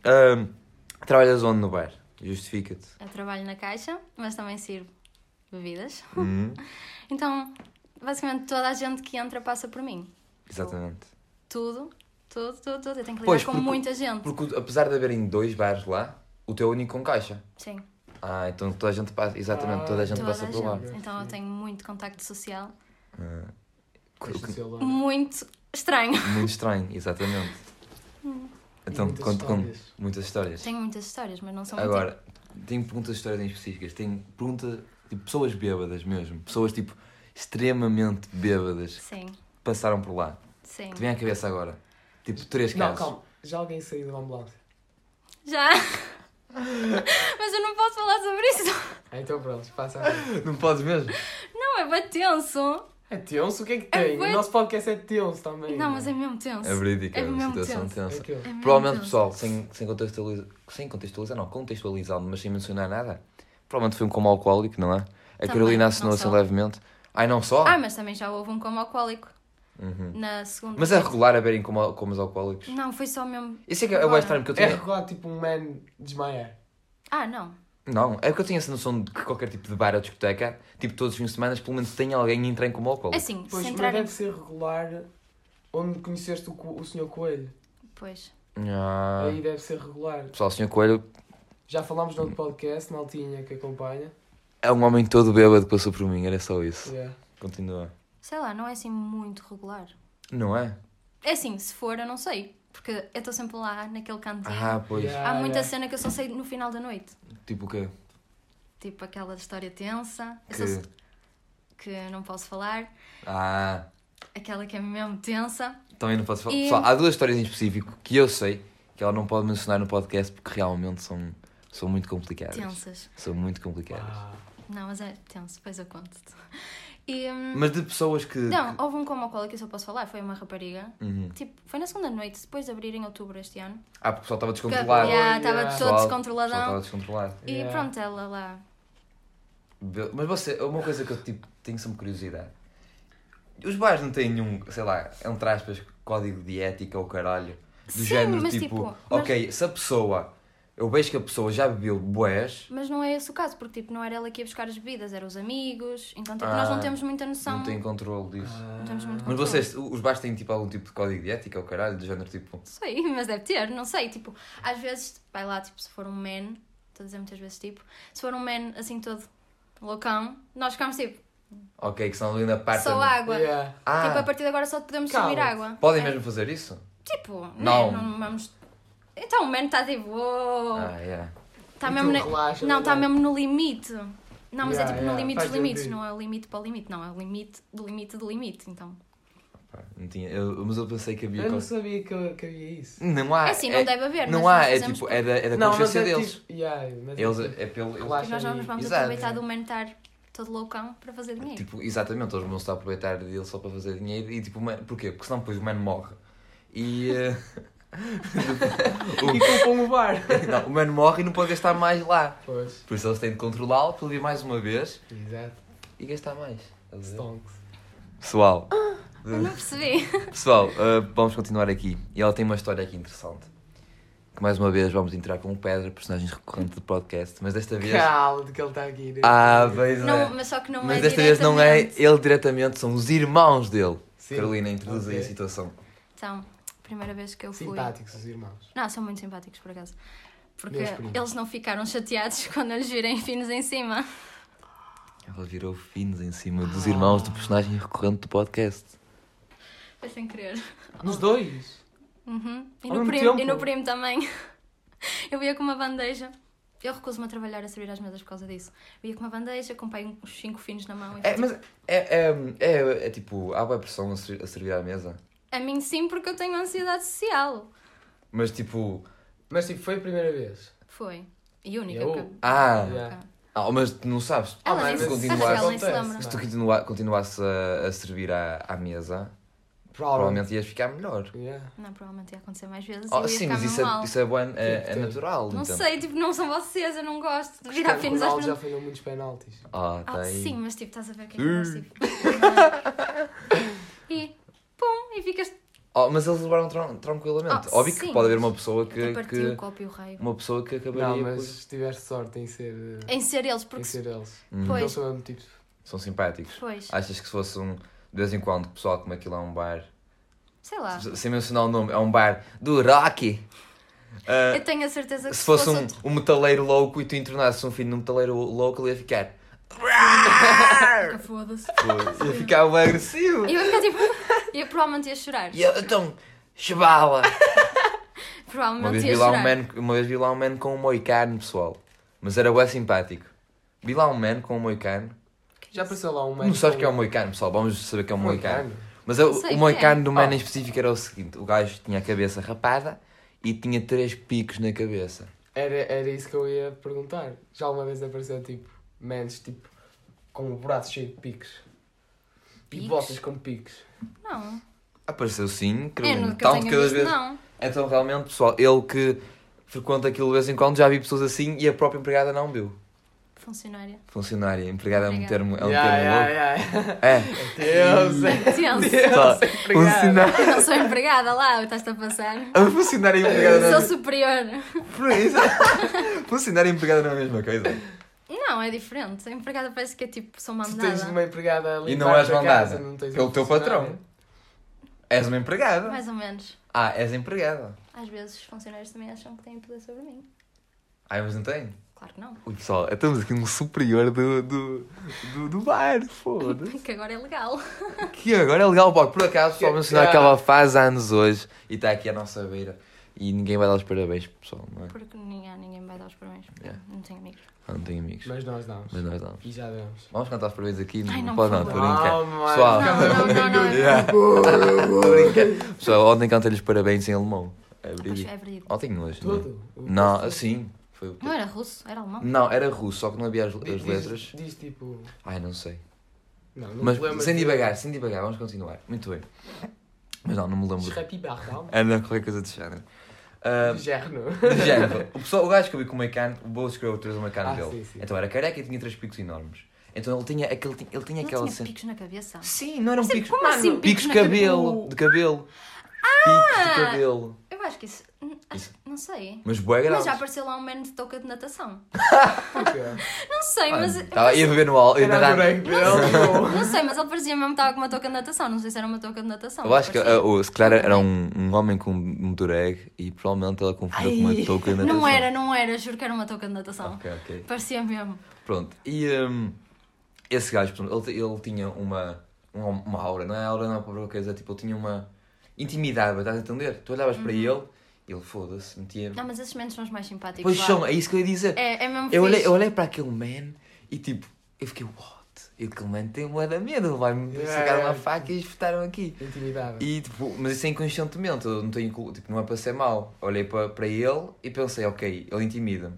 Speaker 1: Ahm, trabalhas onde no bar? Justifica-te.
Speaker 2: Eu trabalho na caixa, mas também sirvo bebidas.
Speaker 1: Uhum,
Speaker 2: Então, basicamente, toda a gente que entra passa por mim.
Speaker 1: Exatamente.
Speaker 2: Tudo, tudo, tudo, tudo. Eu tenho que lidar
Speaker 1: Pois,
Speaker 2: com
Speaker 1: porque-
Speaker 2: muita gente.
Speaker 1: Porque apesar de haverem dois bares lá, o teu é o único com caixa.
Speaker 2: Sim,
Speaker 1: Ah, então toda a gente passa. Exatamente,
Speaker 3: Ah,
Speaker 1: toda a gente
Speaker 2: toda a
Speaker 1: passa
Speaker 2: gente.
Speaker 1: por lá.
Speaker 2: Então, eu tenho muito contacto social.
Speaker 1: Ah,
Speaker 3: Deixa o seu lado.
Speaker 2: Muito estranho.
Speaker 1: Muito estranho, exatamente.
Speaker 2: Hum.
Speaker 3: E
Speaker 1: Então,
Speaker 3: muitas
Speaker 1: conto com
Speaker 3: histórias.
Speaker 1: muitas histórias.
Speaker 2: Tenho muitas histórias, mas não são muito.
Speaker 1: Agora, tenho perguntas de histórias em específicas. Tenho pergunta tipo, pessoas bêbadas mesmo. Pessoas, tipo, extremamente bêbadas que
Speaker 2: Sim,
Speaker 1: passaram por lá.
Speaker 2: sim.
Speaker 1: Te vem à cabeça agora. Tipo, três
Speaker 3: Não,
Speaker 1: casos.
Speaker 3: calma. Já alguém saiu da ambulância?
Speaker 2: Já. mas eu não posso falar sobre isso.
Speaker 3: Ah, Então pronto, passa a ver.
Speaker 1: Não podes mesmo?
Speaker 2: Não, é bem tenso.
Speaker 3: É tenso? O que é que tem?
Speaker 2: bué-
Speaker 3: O nosso podcast é tenso também.
Speaker 2: Não, mas é
Speaker 3: é...
Speaker 2: mesmo tenso.
Speaker 1: É verídica,
Speaker 2: É
Speaker 1: é uma
Speaker 2: mesmo
Speaker 1: situação
Speaker 2: tenso.
Speaker 1: tensa.
Speaker 3: Aquilo.
Speaker 2: É mesmo
Speaker 1: Provavelmente,
Speaker 2: tenso.
Speaker 1: pessoal, sem, sem contextualizar, sem contextualizar, não, contextualizando, mas sem mencionar nada, provavelmente foi um como alcoólico, não é? A
Speaker 2: Também,
Speaker 1: Carolina assinou
Speaker 2: não
Speaker 1: assim
Speaker 2: só.
Speaker 1: levemente. Ai, não só?
Speaker 2: Ah, mas também já houve um como alcoólico
Speaker 1: Uhum.
Speaker 2: na segunda.
Speaker 1: Mas é regular haverem como, como os alcoólicos.
Speaker 2: Não, foi só mesmo.
Speaker 1: Isso é que é o
Speaker 2: Agora.
Speaker 1: estranho, porque eu
Speaker 3: É
Speaker 1: tinha...
Speaker 3: regular tipo um man desmaiar.
Speaker 2: Ah, não.
Speaker 1: Não, é porque eu tenho essa noção de que qualquer tipo de bar ou discoteca, tipo todos os fins de semana, pelo menos tem alguém e entrem como
Speaker 2: É
Speaker 1: alcoólico.
Speaker 2: assim,
Speaker 3: Pois,
Speaker 2: se
Speaker 3: mas
Speaker 2: entrarem.
Speaker 3: deve ser regular onde conheceste o, co- o senhor Coelho.
Speaker 2: Pois.
Speaker 1: Ah.
Speaker 3: Aí deve ser regular.
Speaker 1: Pessoal, o Sr. Coelho
Speaker 3: Já falámos no outro podcast, Maltinha, que acompanha.
Speaker 1: é um homem todo bêbado que passou por mim, era só isso.
Speaker 3: Yeah.
Speaker 1: Continua.
Speaker 2: Sei lá, não é assim muito regular.
Speaker 1: Não é?
Speaker 2: É assim, se for, eu não sei. Porque eu estou sempre lá naquele cantinho.
Speaker 1: Ah, pois.
Speaker 3: Yeah.
Speaker 2: Há muita
Speaker 3: yeah.
Speaker 2: cena que eu só sei no final da noite.
Speaker 1: Tipo o quê?
Speaker 2: Tipo aquela história tensa. Eu só sei
Speaker 1: Que...
Speaker 2: que não posso falar.
Speaker 1: Ah,
Speaker 2: Aquela que é mesmo tensa.
Speaker 1: também não posso falar.
Speaker 2: E-
Speaker 1: Pessoal, há duas histórias em específico que eu sei que ela não pode mencionar no podcast porque realmente são, são muito complicadas.
Speaker 2: Tensas.
Speaker 1: São muito complicadas.
Speaker 2: Não, mas é tenso, depois eu conto-te. E. hum,
Speaker 1: Mas de pessoas que.
Speaker 2: Não, houve um como ao qual é que eu só posso falar. Foi uma rapariga.
Speaker 1: que- Uhum.
Speaker 2: Tipo, foi na segunda noite, depois de abrir em outubro este ano.
Speaker 1: Ah, porque o pessoal estava descontrolado.
Speaker 2: Estava yeah,
Speaker 3: Oh, yeah.
Speaker 2: estava todo
Speaker 1: Pessoal-
Speaker 2: é, descontroladão.
Speaker 1: pessoal Estava descontrolado.
Speaker 2: E
Speaker 3: Yeah.
Speaker 2: pronto, ela lá.
Speaker 1: Be- Mas você, uma coisa que eu tipo, tenho sempre curiosidade. Os bares não têm nenhum, sei lá, entre aspas, código de ética ou caralho. Do
Speaker 2: Sim,
Speaker 1: género
Speaker 2: mas,
Speaker 1: tipo,
Speaker 2: tipo, mas-
Speaker 1: ok, se a pessoa, eu vejo que a pessoa já bebeu boés,
Speaker 2: Mas não é esse o caso, porque tipo, não era ela que ia buscar as bebidas, eram os amigos. Então tipo, nós
Speaker 1: Ah,
Speaker 2: não temos muita noção.
Speaker 1: não tem controle disso.
Speaker 3: Ah.
Speaker 2: não temos muito
Speaker 1: Mas
Speaker 2: controle.
Speaker 1: vocês, os bares têm tipo algum tipo de código de ética ou caralho, do género tipo.
Speaker 2: Sei, mas deve ter, não sei. Tipo, às vezes, vai lá, tipo, se for um man, estou a dizer muitas vezes, tipo, se for um man assim todo loucão, nós ficamos tipo,
Speaker 1: Ok, que são ali na parte.
Speaker 2: só água.
Speaker 3: Yeah.
Speaker 1: Ah,
Speaker 2: Tipo, a partir de agora só te podemos servir
Speaker 3: Cala-te.
Speaker 2: água.
Speaker 1: podem
Speaker 2: É,
Speaker 1: mesmo fazer isso?
Speaker 2: Tipo, não.
Speaker 1: Não.
Speaker 2: não vamos. Então o man está tipo, oh,
Speaker 1: Ah, yeah.
Speaker 2: está
Speaker 3: E tu
Speaker 2: mesmo, na-
Speaker 3: relaxa,
Speaker 2: não, está
Speaker 3: relaxa.
Speaker 2: mesmo no limite. Não, mas
Speaker 3: Yeah,
Speaker 2: é tipo
Speaker 3: yeah,
Speaker 2: no limite
Speaker 3: faz
Speaker 2: dos limites,
Speaker 3: sentido.
Speaker 2: não é o limite para o limite, não, é o limite do limite do limite, então.
Speaker 1: Pá, Não tinha, eu- mas eu pensei que havia.
Speaker 3: Eu não
Speaker 1: coisa-
Speaker 3: sabia que, que havia isso.
Speaker 1: Não há.
Speaker 2: É assim, não deve haver,
Speaker 1: Não
Speaker 2: mas
Speaker 1: há,
Speaker 2: nós
Speaker 1: é
Speaker 2: fazemos
Speaker 1: tipo,
Speaker 2: por-
Speaker 1: é da, é da
Speaker 3: Não,
Speaker 1: consciência
Speaker 3: mas é
Speaker 1: deles.
Speaker 3: tipo- yeah, mas é
Speaker 1: Eles,
Speaker 3: tipo-
Speaker 1: é pelo. eles-
Speaker 3: Relaxa
Speaker 2: E nós não nos
Speaker 3: aí.
Speaker 2: vamos
Speaker 1: Exato.
Speaker 2: aproveitar do man estar todo loucão para fazer dinheiro.
Speaker 1: Tipo, exatamente, eles vão se aproveitar dele só para fazer dinheiro e tipo, man, porquê? Porque senão depois o mano morre. E. eh,
Speaker 3: E culpam o bar.
Speaker 1: não, o mano morre e não pode gastar mais lá.
Speaker 3: Pois.
Speaker 1: Por isso eles têm de controlá-lo para ele vir mais uma vez
Speaker 3: Exato.
Speaker 1: e gastar mais. Estás a ver?
Speaker 3: Stonks.
Speaker 1: Pessoal,
Speaker 2: Eu não percebi.
Speaker 1: pessoal, eh, vamos continuar aqui. E ela tem uma história aqui interessante. Que mais uma vez vamos entrar com o Pedra, personagem recorrente do podcast, mas desta vez.
Speaker 3: Calma, que ele está aqui. Né?
Speaker 1: Ah, pois é.
Speaker 2: Não, mas só que não
Speaker 1: Mas
Speaker 2: é
Speaker 1: desta vez não é
Speaker 2: diretamente.
Speaker 1: ele diretamente, são os irmãos dele.
Speaker 3: Sim.
Speaker 1: Carolina, introduz aí a
Speaker 3: Ok.
Speaker 1: situação.
Speaker 2: Então, primeira vez que eu fui.
Speaker 3: Simpáticos os irmãos.
Speaker 2: Não, são muito simpáticos por acaso. Porque
Speaker 3: Meus primos.
Speaker 2: eles não ficaram chateados quando eles virem finos em cima.
Speaker 1: Ela virou finos em cima dos irmãos do personagem recorrente do podcast.
Speaker 2: Foi sem querer.
Speaker 3: Nos dois.
Speaker 2: Uhum. E,
Speaker 3: Ao
Speaker 2: no
Speaker 3: mesmo
Speaker 2: primo,
Speaker 3: tempo?
Speaker 2: e no primo também. Eu ia com uma bandeja. Eu recuso-me a trabalhar a servir às mesas por causa disso. Eu ia com uma bandeja, com pai uns cinco finos na mão. e
Speaker 1: É,
Speaker 2: fiz-
Speaker 1: mas é, é, é, é tipo, há boa pressão a, ser- a servir à mesa.
Speaker 2: A mim sim, porque eu tenho ansiedade social.
Speaker 1: Mas tipo,
Speaker 3: Mas tipo, foi a primeira vez.
Speaker 2: Foi. E única.
Speaker 3: Eu?
Speaker 2: porque-
Speaker 1: ah,
Speaker 3: Yeah.
Speaker 1: ah, mas tu não sabes.
Speaker 2: Ela
Speaker 3: Ah,
Speaker 2: nem
Speaker 3: mas
Speaker 2: se-
Speaker 1: se
Speaker 3: isso
Speaker 1: continuar-
Speaker 2: ela nem se
Speaker 3: acontece,
Speaker 2: lembra.
Speaker 1: Se tu continua, continuasse a, a servir à, à mesa,
Speaker 3: Provavelmente.
Speaker 1: provavelmente ias ficar melhor.
Speaker 3: Yeah.
Speaker 2: Não, provavelmente ia acontecer mais vezes. e
Speaker 1: Oh,
Speaker 2: eu ia
Speaker 1: sim,
Speaker 2: ficar
Speaker 1: mas isso
Speaker 2: mesmo mal.
Speaker 1: é, isso é, bom, é, é
Speaker 3: Sim, sim.
Speaker 1: natural.
Speaker 2: Não
Speaker 1: então.
Speaker 2: sei, tipo, não são vocês, eu não gosto de virar
Speaker 3: Cristiano
Speaker 2: finos
Speaker 3: Ronaldo
Speaker 2: às
Speaker 3: já
Speaker 2: pessoas.
Speaker 3: falhou muitos penaltis.
Speaker 1: Ah,
Speaker 2: Ah,
Speaker 1: tem.
Speaker 2: sim, mas tipo, estás a ver o que é que eu
Speaker 1: Hum.
Speaker 2: gosto, tipo. E pum, e ficas.
Speaker 1: Oh, mas eles levaram tran- tranquilamente.
Speaker 2: Ah,
Speaker 1: Óbvio que
Speaker 2: sim,
Speaker 1: pode haver
Speaker 2: mas
Speaker 1: uma pessoa que.
Speaker 2: Eu parti
Speaker 1: que
Speaker 2: tipo, o copo e o raio.
Speaker 1: uma pessoa que acabaria
Speaker 3: Não,
Speaker 1: por-
Speaker 3: mas tiveste sorte em ser, eh,
Speaker 2: Em ser eles,
Speaker 3: em
Speaker 2: É, porque.
Speaker 3: ser eles.
Speaker 1: Hum.
Speaker 3: Porque
Speaker 2: Pois.
Speaker 3: eles são o mesmo tipo.
Speaker 1: São simpáticos.
Speaker 2: Pois,
Speaker 1: Achas que se fosse um. De vez em quando, pessoal, como aquilo é um bar.
Speaker 2: sei lá.
Speaker 1: se- Sem mencionar o nome, é um bar do rock. Ah,
Speaker 2: Eu tenho a certeza que
Speaker 1: se fosse um,
Speaker 2: outro-
Speaker 1: um metaleiro louco e tu internasse um filho num metaleiro louco, ele ia ficar.
Speaker 2: Fica Foda-se.
Speaker 1: Pô, ia ficar bem agressivo.
Speaker 2: Eu ia ficar tipo. Eu provavelmente ia chorar.
Speaker 1: E eu, então, chavala. Uma
Speaker 2: Provavelmente
Speaker 1: vez, vi
Speaker 2: ia
Speaker 1: lá um
Speaker 2: chorar.
Speaker 1: man, uma vez vi lá um man com um moicano, pessoal. Mas era bem simpático. Vi lá um man com um moicano.
Speaker 3: Já apareceu lá um
Speaker 1: Não sabes que é um moicano, pessoal. Vamos saber que é um moicano. Mas
Speaker 2: Não
Speaker 1: o,
Speaker 2: sei
Speaker 1: o
Speaker 2: o
Speaker 1: moicano
Speaker 2: que é.
Speaker 1: do man em específico era o seguinte: o gajo tinha a cabeça rapada e tinha três picos na cabeça.
Speaker 3: Era, era isso que eu ia perguntar. Já uma vez apareceu tipo, mans tipo, com o braço cheio de picos. E
Speaker 2: Picos?
Speaker 3: botas com picos.
Speaker 2: Não.
Speaker 1: Apareceu sim,
Speaker 2: É,
Speaker 1: creio.
Speaker 2: no que eu
Speaker 1: de
Speaker 2: tenho
Speaker 1: cada
Speaker 2: visto,
Speaker 1: vez.
Speaker 2: não.
Speaker 1: Então, realmente, pessoal, ele que frequenta aquilo de vez em quando já vi pessoas assim e a própria empregada não viu.
Speaker 2: Funcionária.
Speaker 1: Funcionária, empregada é um
Speaker 2: Empregada.
Speaker 1: termo, é um termo
Speaker 3: Yeah, yeah,
Speaker 1: louco. Um É,
Speaker 3: yeah. Deus, é
Speaker 2: Tenso.
Speaker 1: pessoal,
Speaker 3: empregada.
Speaker 1: funcionária,
Speaker 2: Eu não sou empregada lá, estás-te a passar.
Speaker 1: a funcionária e empregada não é a
Speaker 2: Sou
Speaker 1: mesma
Speaker 2: superior.
Speaker 1: coisa. Funcionária e empregada não é a mesma coisa.
Speaker 2: Não, é diferente. A empregada parece que é tipo, sou
Speaker 3: Tu
Speaker 2: mandada.
Speaker 3: tens uma empregada ali.
Speaker 1: E não és mandada.
Speaker 3: Casa, não tens
Speaker 1: Pelo
Speaker 3: um
Speaker 1: teu
Speaker 3: funcionário.
Speaker 1: patrão. És uma empregada.
Speaker 2: Mais ou menos.
Speaker 1: Ah, és empregada.
Speaker 2: Às vezes os funcionários também acham que têm poder sobre mim.
Speaker 1: Ah, mas não tem?
Speaker 2: Claro que não.
Speaker 1: Ui, pessoal, estamos aqui no um superior do, do, do, do bar, foda
Speaker 2: Que agora é legal.
Speaker 1: Que agora é legal, pá. Por acaso, só mencionar que ela faz anos hoje e está aqui à nossa beira. E ninguém vai dar os parabéns, pessoal, não é?
Speaker 2: Porque ninguém, ninguém vai dar os parabéns.
Speaker 1: Yeah.
Speaker 2: Não tenho amigos.
Speaker 1: Ah, não tenho amigos.
Speaker 3: Mas nós damos.
Speaker 1: Mas nós damos.
Speaker 3: E já damos.
Speaker 1: Vamos cantar os parabéns aqui?
Speaker 2: Ai, não,
Speaker 1: pode
Speaker 2: por
Speaker 1: não, estou
Speaker 2: favor.
Speaker 1: a brincar.
Speaker 3: Oh, mano.
Speaker 1: Pessoal.
Speaker 2: Não, não, não, não.
Speaker 1: Ah, Yeah. Pessoal, ontem cantei-lhes parabéns em alemão. É
Speaker 2: Pois,
Speaker 1: brilho.
Speaker 2: é verdade.
Speaker 1: Ontem não hoje, não é?
Speaker 3: Tudo. O-
Speaker 1: Não, assim. Foi o
Speaker 2: Não era russo, era alemão.
Speaker 1: Não, era russo, só que não havia as,
Speaker 3: Diz-
Speaker 1: as
Speaker 3: diz-
Speaker 1: letras.
Speaker 3: Diz tipo.
Speaker 1: Ai, não sei.
Speaker 3: Não, não
Speaker 1: Mas
Speaker 3: te lembras
Speaker 1: sem
Speaker 3: de-
Speaker 1: divagar, sem divagar, vamos continuar. Muito bem. Mas não, não me lembro.
Speaker 3: Scrappy Barral.
Speaker 1: Ah, não, qualquer coisa de género. Ah,
Speaker 3: Gerno.
Speaker 1: de género. O, pessoal, o gajo que eu vi com o Macan, o Bo Scrow trouxe o Macan
Speaker 3: Ah,
Speaker 1: dele.
Speaker 3: sim, sim.
Speaker 1: Então era careca e tinha três picos enormes. Então ele tinha, aquele, ti- ele tinha
Speaker 2: Ele
Speaker 1: aquela
Speaker 2: tinha
Speaker 1: cena.
Speaker 2: picos na cabeça.
Speaker 1: Sim, não eram
Speaker 2: Mas é-
Speaker 1: picos.
Speaker 2: como assim
Speaker 1: picos
Speaker 2: picos
Speaker 1: de
Speaker 2: na
Speaker 1: cabelo.
Speaker 2: cabeça?
Speaker 1: De cabelo. Picos de cabelo.
Speaker 2: Eu acho que isso. n- acho- Não sei.
Speaker 1: Mas bué
Speaker 2: Mas
Speaker 1: graves.
Speaker 2: já apareceu lá um man de touca de natação.
Speaker 3: Porquê?
Speaker 2: Não sei, mas.
Speaker 1: Mano, tava- ia beber no al... ia
Speaker 3: Era
Speaker 1: nadar-
Speaker 3: adorei dele.
Speaker 2: Não sei, mas ele parecia mesmo que estava com uma touca de natação. Não sei se era uma touca de natação.
Speaker 1: Eu acho que
Speaker 2: parecia.
Speaker 1: ah, o- se calhar era um, um homem com um dureg e provavelmente ela confundiu com uma
Speaker 3: Ai,
Speaker 1: touca de natação.
Speaker 2: Não era, não era. Juro que era uma touca de natação.
Speaker 1: Ok, ok.
Speaker 2: Parecia mesmo.
Speaker 1: Pronto, e hum, esse gajo, portanto, ele, ele tinha uma, uma, uma aura, não é aura, não é para coisa, tipo, ele tinha uma intimidade, estás a entender? Tu olhavas para ele, ele foda-se, metia.
Speaker 2: Uhum. Não, mas esses menos são os mais simpáticos.
Speaker 1: Pois
Speaker 2: vá.
Speaker 1: são, é isso que eu ia dizer.
Speaker 2: É, é mesmo
Speaker 1: eu, olhei,
Speaker 2: fixe.
Speaker 1: eu olhei para aquele man e tipo, eu fiquei, what? E aquele man tem bué da medo, ele vai-me
Speaker 3: Yeah,
Speaker 1: sacar uma
Speaker 3: yeah.
Speaker 1: faca e espetar-me aqui.
Speaker 3: Intimidade.
Speaker 1: E, tipo, mas isso é inconscientemente, eu não tenho, cul- tipo, não é para ser mau. Olhei para, para ele e pensei, ok, ele intimida-me.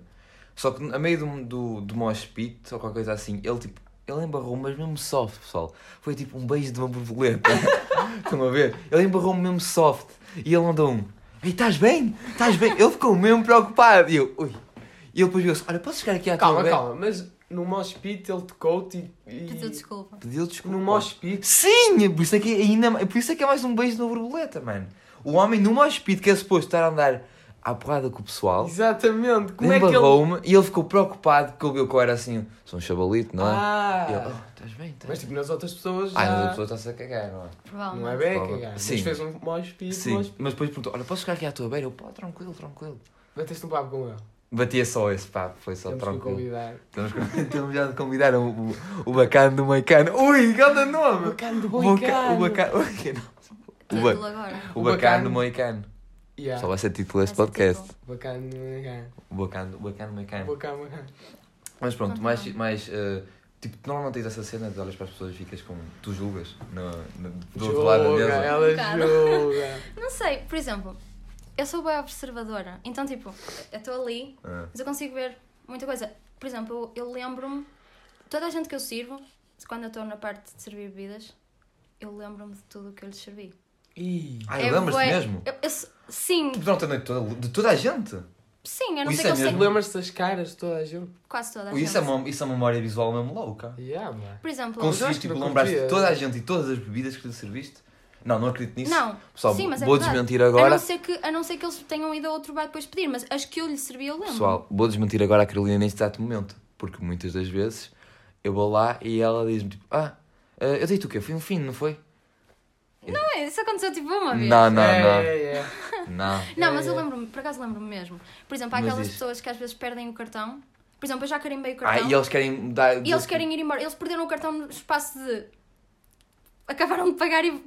Speaker 1: Só que a meio do, do, do mosh pit, ou qualquer coisa assim, ele tipo, ele embarrou mas mesmo soft, pessoal. Foi tipo um beijo de uma borboleta. Estão a ver? Ele embarrou-me mesmo soft. E ele andou um, ei, estás bem? Estás bem? Ele ficou mesmo preocupado. E eu, ui. E ele depois viu-se, olha, posso chegar aqui à tua
Speaker 3: Calma,
Speaker 1: beca?"
Speaker 3: calma. Mas no Mosh Pit ele tocou-te e-
Speaker 2: Pediu
Speaker 3: e.
Speaker 2: desculpa.
Speaker 1: Pediu desculpa.
Speaker 3: No Mosh Pit.
Speaker 1: Sim! Por isso, é que é ainda, ma- por isso é que é mais um beijo na borboleta, mano. O homem numa hospite que é suposto estar a andar à porrada com o pessoal,
Speaker 3: Exatamente. Como é que ele.
Speaker 1: embarrou-me e ele ficou preocupado porque ele viu que eu era assim, sou um chabalito, não é? E ele,
Speaker 3: Ah!
Speaker 1: oh, estás bem? Estás
Speaker 3: Mas
Speaker 1: bem?
Speaker 3: tipo, nas outras pessoas.
Speaker 1: Ai, mas a
Speaker 3: já-
Speaker 1: pessoa está-se a cagar, não é?
Speaker 2: Provavelmente.
Speaker 3: Não é bem a
Speaker 1: Prova-
Speaker 3: cagar. Mas
Speaker 1: Sim.
Speaker 3: fez um mosh pit, mosh
Speaker 1: Sim, mas depois perguntou, olha, posso chegar aqui à tua beira? Eu, pá, tranquilo, tranquilo.
Speaker 3: Bateste um papo com ele.
Speaker 1: Batia só esse papo, foi só
Speaker 3: Temos que o
Speaker 1: tranquilo.
Speaker 3: convidar.
Speaker 1: Temos que- Então já convidaram o, o, o bacana do Maicano. Ui, grande nome!
Speaker 3: bacana do
Speaker 1: O Baca- o bacana... Ui, não. O ba-
Speaker 2: Título agora.
Speaker 1: O
Speaker 3: O
Speaker 1: bacano
Speaker 3: bacano.
Speaker 1: do Moicano.
Speaker 3: Yeah.
Speaker 1: Só vai ser título deste
Speaker 2: Vai ser
Speaker 1: podcast.
Speaker 3: Bacana do Moicano.
Speaker 1: O bacano, o bacano, o bacano.
Speaker 3: Bacana, bacana.
Speaker 1: Mas pronto, mais. mais eh, tipo, tu normalmente tens essa cena de olhas para as pessoas e ficas com. Tu julgas no, no- do outro lado da
Speaker 3: Julga,
Speaker 1: mesa.
Speaker 3: Ela
Speaker 2: Bacana.
Speaker 3: julga.
Speaker 2: Não sei, por exemplo, eu sou bem observadora. Então, tipo, eu estou ali,
Speaker 1: Ah,
Speaker 2: mas eu consigo ver muita coisa. Por exemplo, eu, eu lembro-me, toda a gente que eu sirvo, quando eu estou na parte de servir bebidas, eu lembro-me de tudo o que eu lhes servi. É
Speaker 3: Ih.
Speaker 1: Ah, eu lembras-te
Speaker 2: bué-
Speaker 1: mesmo?
Speaker 2: eu- eu s- sim,
Speaker 1: Tipo, durante a noite toda, de toda a gente.
Speaker 2: sim, eu não
Speaker 1: Isso
Speaker 2: sei
Speaker 1: é
Speaker 2: que eu
Speaker 1: mesmo?
Speaker 2: sei
Speaker 3: Lembras-te das caras de toda a gente?
Speaker 2: quase toda a
Speaker 1: Ui,
Speaker 2: gente.
Speaker 1: Isso é, uma, isso é uma memória visual mesmo louca.
Speaker 3: Yeah, mano.
Speaker 2: Por exemplo,
Speaker 3: eu
Speaker 1: Consegui
Speaker 3: acho que
Speaker 1: tipo,
Speaker 3: não
Speaker 1: lembrar-te de
Speaker 3: curtia.
Speaker 1: toda a gente e todas as bebidas que lhe serviste? Não, não acredito nisso.
Speaker 2: Não,
Speaker 1: Pessoal,
Speaker 2: sim, mas é
Speaker 1: vou
Speaker 2: verdade.
Speaker 1: desmentir
Speaker 2: A
Speaker 1: agora.
Speaker 2: não, ser que, a não ser que eles tenham ido a outro bar depois pedir, mas as que eu lhe servi eu lembro.
Speaker 1: Pessoal, vou desmentir agora a Carolina neste exato momento, porque muitas das vezes eu vou lá e ela diz-me tipo, ah, eh, eu dei-te o quê? Foi um fim, não foi?
Speaker 2: Ah, Isso aconteceu tipo uma vez.
Speaker 1: Não, não, não,
Speaker 3: É, é, é.
Speaker 1: não.
Speaker 2: Não,
Speaker 3: É,
Speaker 2: mas eu
Speaker 3: é.
Speaker 2: lembro-me, por acaso lembro-me mesmo. Por exemplo, há
Speaker 1: Mas
Speaker 2: aquelas
Speaker 1: diz.
Speaker 2: pessoas que às vezes perdem o cartão. Por exemplo, eu já carimbei o
Speaker 1: Ah,
Speaker 2: cartão
Speaker 1: e eles querem dar.
Speaker 2: um. e eles querem ir embora. Eles perderam o cartão no espaço de. Acabaram de pagar e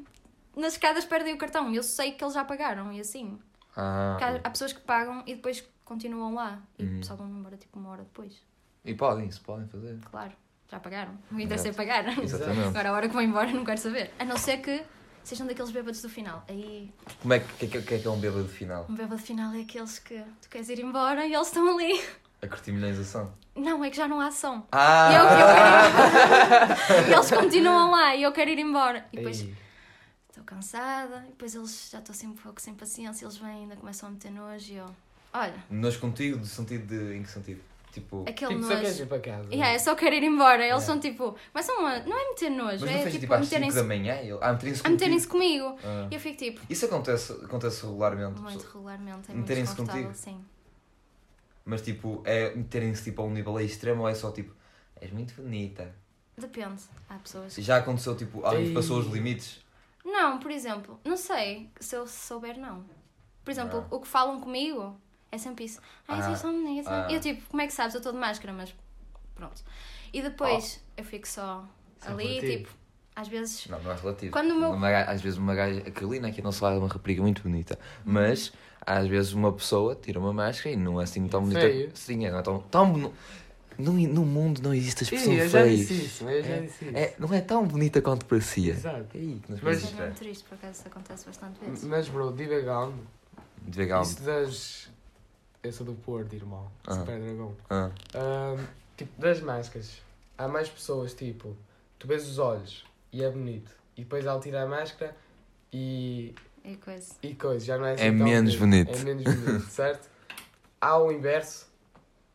Speaker 2: nas escadas perdem o cartão. Eu sei que eles já pagaram e assim.
Speaker 1: Ah, Uhum.
Speaker 2: Porque há, há pessoas que pagam e depois continuam lá e só vão embora tipo uma hora depois.
Speaker 1: e podem, isso podem fazer.
Speaker 2: Claro, já pagaram. O interesse é pagar.
Speaker 1: Exatamente.
Speaker 2: Agora a hora que vão embora não quero saber. A não ser que sejam daqueles bêbados do final. Aí
Speaker 1: Como é que, que, que- que é que é um bêbado final?
Speaker 2: um bêbado final é aqueles que tu queres ir embora e eles estão ali.
Speaker 1: A curtir milhõesização.
Speaker 2: Não, é que já não há som.
Speaker 1: Ah!
Speaker 2: E eu, eu quero ir... e eles continuam lá e eu quero ir embora. E depois
Speaker 3: Ei.
Speaker 2: estou cansada, e depois eles já estou sempre um pouco sem paciência, eles vêm ainda começam a meter nojo e eu. É Olha,
Speaker 1: Nós contigo, do sentido de. Em que sentido? Tipo.
Speaker 2: aquele
Speaker 3: Tipo, só queres
Speaker 2: nojo.
Speaker 3: ir para casa. né?
Speaker 2: Yeah, eu só quero ir embora. Eles
Speaker 3: Yeah.
Speaker 2: são tipo, mas são uma... não é meter nojo,
Speaker 1: É. Mas não
Speaker 2: é
Speaker 1: fez
Speaker 2: tipo,
Speaker 1: tipo
Speaker 2: a
Speaker 1: às 5 da
Speaker 2: meterem-se
Speaker 1: manhã? ele- ah, A meterem-se
Speaker 2: a
Speaker 1: contigo.
Speaker 2: meterem-se comigo.
Speaker 1: Ah.
Speaker 2: E eu fico tipo,
Speaker 1: Isso acontece, acontece regularmente,
Speaker 2: muito
Speaker 1: pessoal.
Speaker 2: regularmente, é
Speaker 1: Meterem-se
Speaker 2: muito desconfortável,
Speaker 1: contigo?
Speaker 2: sim.
Speaker 1: mas tipo, é meterem-se tipo, a um nível extremo ou é só tipo. És muito bonita.
Speaker 2: Depende, há pessoas que.
Speaker 1: Já aconteceu tipo, alguém que
Speaker 3: Ei.
Speaker 1: passou os limites?
Speaker 2: Não, por exemplo, não sei se eu souber, não. Por exemplo,
Speaker 1: Não.
Speaker 2: o que falam comigo é sempre isso. Ai,
Speaker 1: Ah,
Speaker 2: vocês são bonitas.
Speaker 1: ah.
Speaker 2: Eu tipo, como é que sabes?
Speaker 1: Oh.
Speaker 2: Eu estou de máscara, mas pronto. E depois eu fico só
Speaker 3: Sempre
Speaker 2: é ali,
Speaker 3: contigo.
Speaker 2: tipo, Às vezes.
Speaker 1: Não, não é relativo.
Speaker 2: Quando o meu-
Speaker 1: Uma ga- às vezes uma gaja, a Carolina aqui não se fala é uma rapariga muito bonita,
Speaker 2: Uhum.
Speaker 1: mas às vezes uma pessoa tira uma máscara e não é assim tão bonita.
Speaker 3: Feio.
Speaker 1: Sim, é, não é tão. tão boni- no, no mundo não existe as
Speaker 3: Sim,
Speaker 1: pessoas
Speaker 3: eu
Speaker 1: feias.
Speaker 3: já disse isso, eu já
Speaker 1: Tipo, É-
Speaker 3: disse isso.
Speaker 1: é, não é tão bonita quanto parecia.
Speaker 3: Exato.
Speaker 1: Ei, que nos
Speaker 3: Mas-
Speaker 2: Isso é
Speaker 1: países,
Speaker 2: mesmo
Speaker 1: é.
Speaker 2: triste, por acaso isso acontece bastante vezes.
Speaker 3: Mas, bro, divagando,
Speaker 1: Devagar.
Speaker 3: isso das. Eu sou do Porto, irmão.
Speaker 1: Ah.
Speaker 3: Super Dragão.
Speaker 1: Ah,
Speaker 3: Ahm, tipo, das máscaras. Há mais pessoas, tipo, tu vês os olhos e é bonito. E depois ela tira a máscara e.
Speaker 2: É coisa.
Speaker 3: e coisa, já não é assim
Speaker 1: É
Speaker 3: tão
Speaker 1: menos bonito.
Speaker 3: É menos bonito, certo? Há o inverso.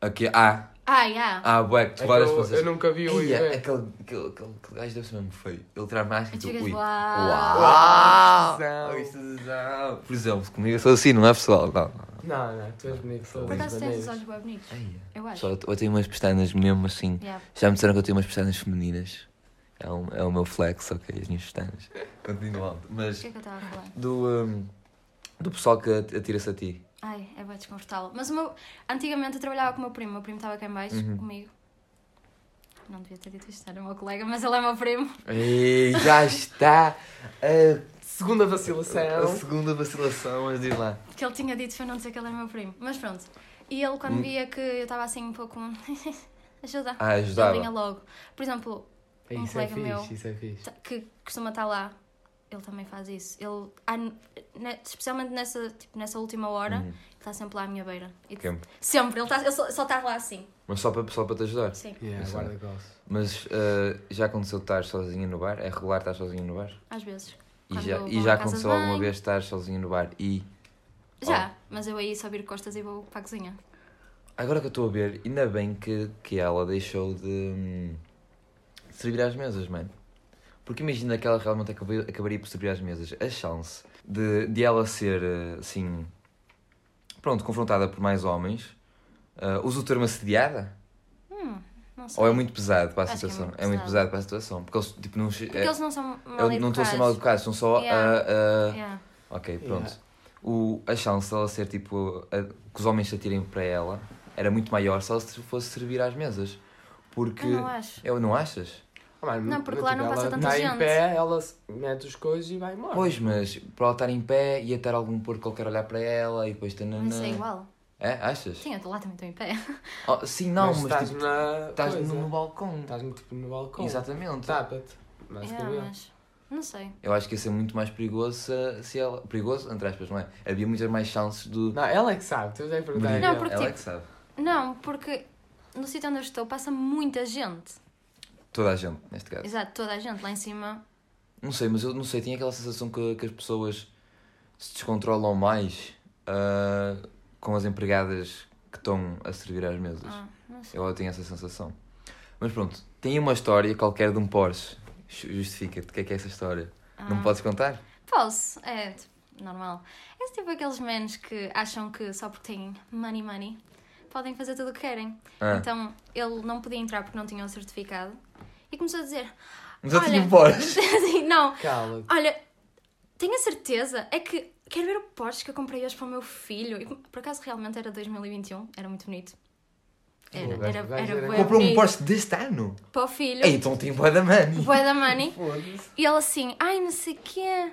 Speaker 1: aqui, ah,
Speaker 2: Ah, yeah.
Speaker 1: ah, bué, que
Speaker 3: É
Speaker 1: tu
Speaker 3: que
Speaker 1: olhas
Speaker 3: eu,
Speaker 1: para vocês.
Speaker 3: eu nunca vi o
Speaker 1: Ei, é-
Speaker 3: inverso.
Speaker 1: aquele, aquele, aquele, aquele gajo deve ser mesmo feio. Ele tira a máscara
Speaker 2: E
Speaker 1: e
Speaker 2: tu
Speaker 1: tu.
Speaker 2: ficas
Speaker 1: Ui.
Speaker 2: lá.
Speaker 1: Uau!
Speaker 3: Uau,
Speaker 1: Ui, tesão. Por exemplo, comigo eu sou assim, não é pessoal? Não.
Speaker 3: Não, não, tu és bonito. sou
Speaker 2: Por acaso tens
Speaker 3: bonito.
Speaker 2: os olhos bem bonitos.
Speaker 1: Ei,
Speaker 2: Eu acho.
Speaker 1: Só eu, eu tenho umas pestanas mesmo assim.
Speaker 2: Yeah.
Speaker 1: Já me disseram que eu tenho umas pestanas femininas. É, um, é o meu flex, ok, as minhas pestanas. Continuando.
Speaker 2: O
Speaker 1: Mas
Speaker 2: que é que eu estava a falar?
Speaker 1: do, hum, do pessoal que at- atira-se a ti.
Speaker 2: Ai, é bem desconfortável. Mas o meu... Antigamente eu trabalhava com o meu primo. O meu primo estava cá em baixo
Speaker 1: Uhum.
Speaker 2: comigo. Não devia ter dito isto, era o meu colega, mas ele é meu primo.
Speaker 1: Ei, já está a,
Speaker 3: Segunda
Speaker 1: a
Speaker 3: vacilação.
Speaker 1: segunda vacilação, mas diz lá.
Speaker 2: Que ele tinha dito para eu não dizer que ele era meu primo. Mas pronto. E ele quando
Speaker 1: Hum.
Speaker 2: via que eu estava assim um pouco... Ajuda.
Speaker 1: Ah,
Speaker 2: Ele vinha
Speaker 1: ajudava.
Speaker 2: logo. Por exemplo, Um
Speaker 3: Isso é
Speaker 2: colega meu.
Speaker 3: fixe, isso é fixe.
Speaker 2: t- que costuma estar lá, ele também faz isso. Ele, há n- ne- especialmente nessa, tipo, nessa última hora,
Speaker 1: Uhum.
Speaker 2: ele está sempre lá à minha beira. E-
Speaker 1: Ok.
Speaker 2: Sempre, ele, tá, ele só, só está lá assim.
Speaker 1: Mas só para, só para te ajudar.
Speaker 2: Sim,
Speaker 3: Yeah,
Speaker 1: Isso é.
Speaker 3: guarda gosto.
Speaker 1: Mas ah, já aconteceu de estar sozinha no bar? É regular estar sozinha no bar?
Speaker 2: às vezes.
Speaker 1: E
Speaker 2: Quando
Speaker 1: já,
Speaker 2: vou
Speaker 1: e
Speaker 2: à casa
Speaker 1: já
Speaker 2: de
Speaker 1: aconteceu alguma
Speaker 2: banho.
Speaker 1: vez estar sozinho no bar e
Speaker 2: Já, mas eu aí só viro costas e vou para a cozinha.
Speaker 1: Agora que eu estou a ver, ainda bem que, que ela deixou de hum, servir às mesas, mano. Porque imagina que ela realmente acabe- acabaria por servir às mesas. A chance de, de ela ser, eh, assim, pronto, confrontada por mais homens, uh, usa o termo assediada?
Speaker 2: Hum, não sei.
Speaker 1: Ou é muito pesado para a
Speaker 2: Acho que é
Speaker 1: situação?
Speaker 2: muito
Speaker 1: é muito
Speaker 2: pesado.
Speaker 1: pesado para a situação. Porque eles, tipo, não... che-
Speaker 2: Porque
Speaker 1: é-
Speaker 2: eles não são
Speaker 1: eu
Speaker 2: mal
Speaker 1: não estou a ser mal é
Speaker 2: educados.
Speaker 1: educados, são só eh, a-
Speaker 2: Yeah.
Speaker 1: a...
Speaker 2: Yeah.
Speaker 1: Ok,
Speaker 3: Yeah.
Speaker 1: pronto. O, a chance dela ser tipo. a- que os homens se atirem para ela era muito maior se ela se fosse servir às mesas. Porque.
Speaker 2: Eu não acho.
Speaker 1: Eu não achas?
Speaker 3: Ah, mano,
Speaker 2: Não, porque lá
Speaker 3: tipo,
Speaker 2: não passa
Speaker 3: ela
Speaker 2: tanta
Speaker 3: tá
Speaker 2: gente.
Speaker 3: em pé, ela se- mete os coisas e vai embora.
Speaker 1: Pois, mas para ela estar em pé ia estar algum porco qualquer a olhar para ela e depois. Tanana.
Speaker 2: Mas é igual.
Speaker 1: É? Achas?
Speaker 2: Sim, eu estou lá também, estou em pé.
Speaker 1: Oh, sim, não, mas,
Speaker 3: estás
Speaker 1: tipo,
Speaker 3: na.
Speaker 1: estás
Speaker 3: coisa.
Speaker 1: no balcão.
Speaker 3: Estás no, tipo, no balcão. Tá.
Speaker 1: Exatamente.
Speaker 3: Tapa-te.
Speaker 2: Yeah,
Speaker 3: Basicamente.
Speaker 2: mas não sei.
Speaker 1: Eu acho que ia ser muito mais perigoso se, se ela. Perigoso, entre aspas, não é? Havia muitas mais chances de.
Speaker 3: Não, ela é que sabe, tu já perguntar. a
Speaker 1: de-
Speaker 2: Não,
Speaker 3: ela.
Speaker 2: porque,
Speaker 1: ela é
Speaker 2: tipo-
Speaker 1: que sabe.
Speaker 2: Não, porque no sítio onde eu estou passa muita gente.
Speaker 1: Toda a gente, neste caso.
Speaker 2: Exato, toda a gente lá em cima.
Speaker 1: Não sei, mas eu não sei, tinha aquela sensação que, que as pessoas se descontrolam mais ah, com as empregadas que estão a servir às mesas.
Speaker 2: Ah, não sei.
Speaker 1: Eu tenho essa sensação. Mas pronto, tem uma história qualquer de um Porsche. Ju- Justifica-te, o que é que é essa história? Não
Speaker 2: Ah.
Speaker 1: podes contar?
Speaker 2: Posso, é tipo, normal. É tipo aqueles menos que acham que só porque têm money money podem fazer tudo o que querem.
Speaker 1: Ah.
Speaker 2: Então ele não podia entrar porque não tinha o certificado e começou a dizer:
Speaker 1: Mas eu
Speaker 2: Olha.
Speaker 1: tinha um Porsche.
Speaker 2: assim, Não,
Speaker 3: Cala-te.
Speaker 2: olha, tenho a certeza, é que quero ver o Porsche que eu comprei hoje para o meu filho. E por acaso realmente era 2021, era muito bonito. Era,
Speaker 3: Oh, vai-
Speaker 2: era,
Speaker 3: vai
Speaker 2: era,
Speaker 3: ver
Speaker 2: bué
Speaker 3: agora.
Speaker 1: Comprou um
Speaker 2: bonito.
Speaker 1: Porsche deste ano.
Speaker 2: para o filho.
Speaker 1: Ei, então tem bué da money.
Speaker 2: Bué da money.
Speaker 3: Foda-se.
Speaker 2: E ele assim, ai não sei quê,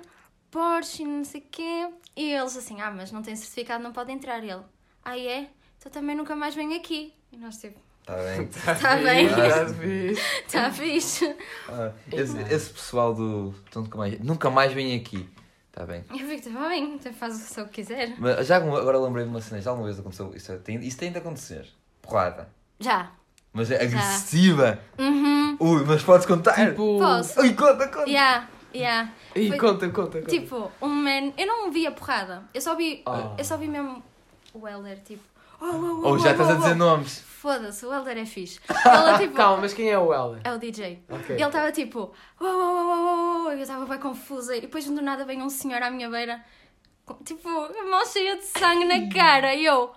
Speaker 2: Porsche, não sei quê. E eles assim, ah, mas não tem certificado, não pode entrar. E ele, ah é? Então também nunca mais venho aqui. E nós tipo,
Speaker 1: Está bem.
Speaker 2: tá bem,
Speaker 3: Estás fixe.
Speaker 2: tá fixe.
Speaker 1: Ah, esse, esse pessoal do. então nunca mais, nunca mais vem aqui. Está bem.
Speaker 2: Eu fico, tá bem, então faz o que quiser.
Speaker 1: Mas já alguma- agora lembrei de uma cena, já alguma vez aconteceu isso? Tem, isso tem de acontecer. Porrada.
Speaker 2: Já.
Speaker 1: Mas
Speaker 2: Ah.
Speaker 1: é agressiva.
Speaker 2: Uhum.
Speaker 1: Ui, mas podes contar.
Speaker 3: Tipo.
Speaker 2: Posso.
Speaker 1: Ui, conta, conta.
Speaker 2: Yeah, yeah.
Speaker 3: Ih,
Speaker 2: Foi-
Speaker 3: conta, conta, conta.
Speaker 2: Tipo, um man. Eu não vi a porrada. Eu só vi.
Speaker 3: Ah.
Speaker 2: Eu só vi mesmo o Helder, tipo. Oh, oh, oh,
Speaker 1: Ou já
Speaker 2: oh,
Speaker 1: estás
Speaker 2: oh,
Speaker 1: a dizer
Speaker 2: oh.
Speaker 1: nomes.
Speaker 2: Foda-se, o Helder é fixe. Ela tipo.
Speaker 3: Calma, mas quem é o Ela?
Speaker 2: É o DJ.
Speaker 3: Ok.
Speaker 2: E ele estava tipo, uou, uou, uou, uou, uou, oh, eu estava bem confusa. E depois do nada vem um senhor à minha beira, com- tipo, a mão cheia de sangue na cara. E eu,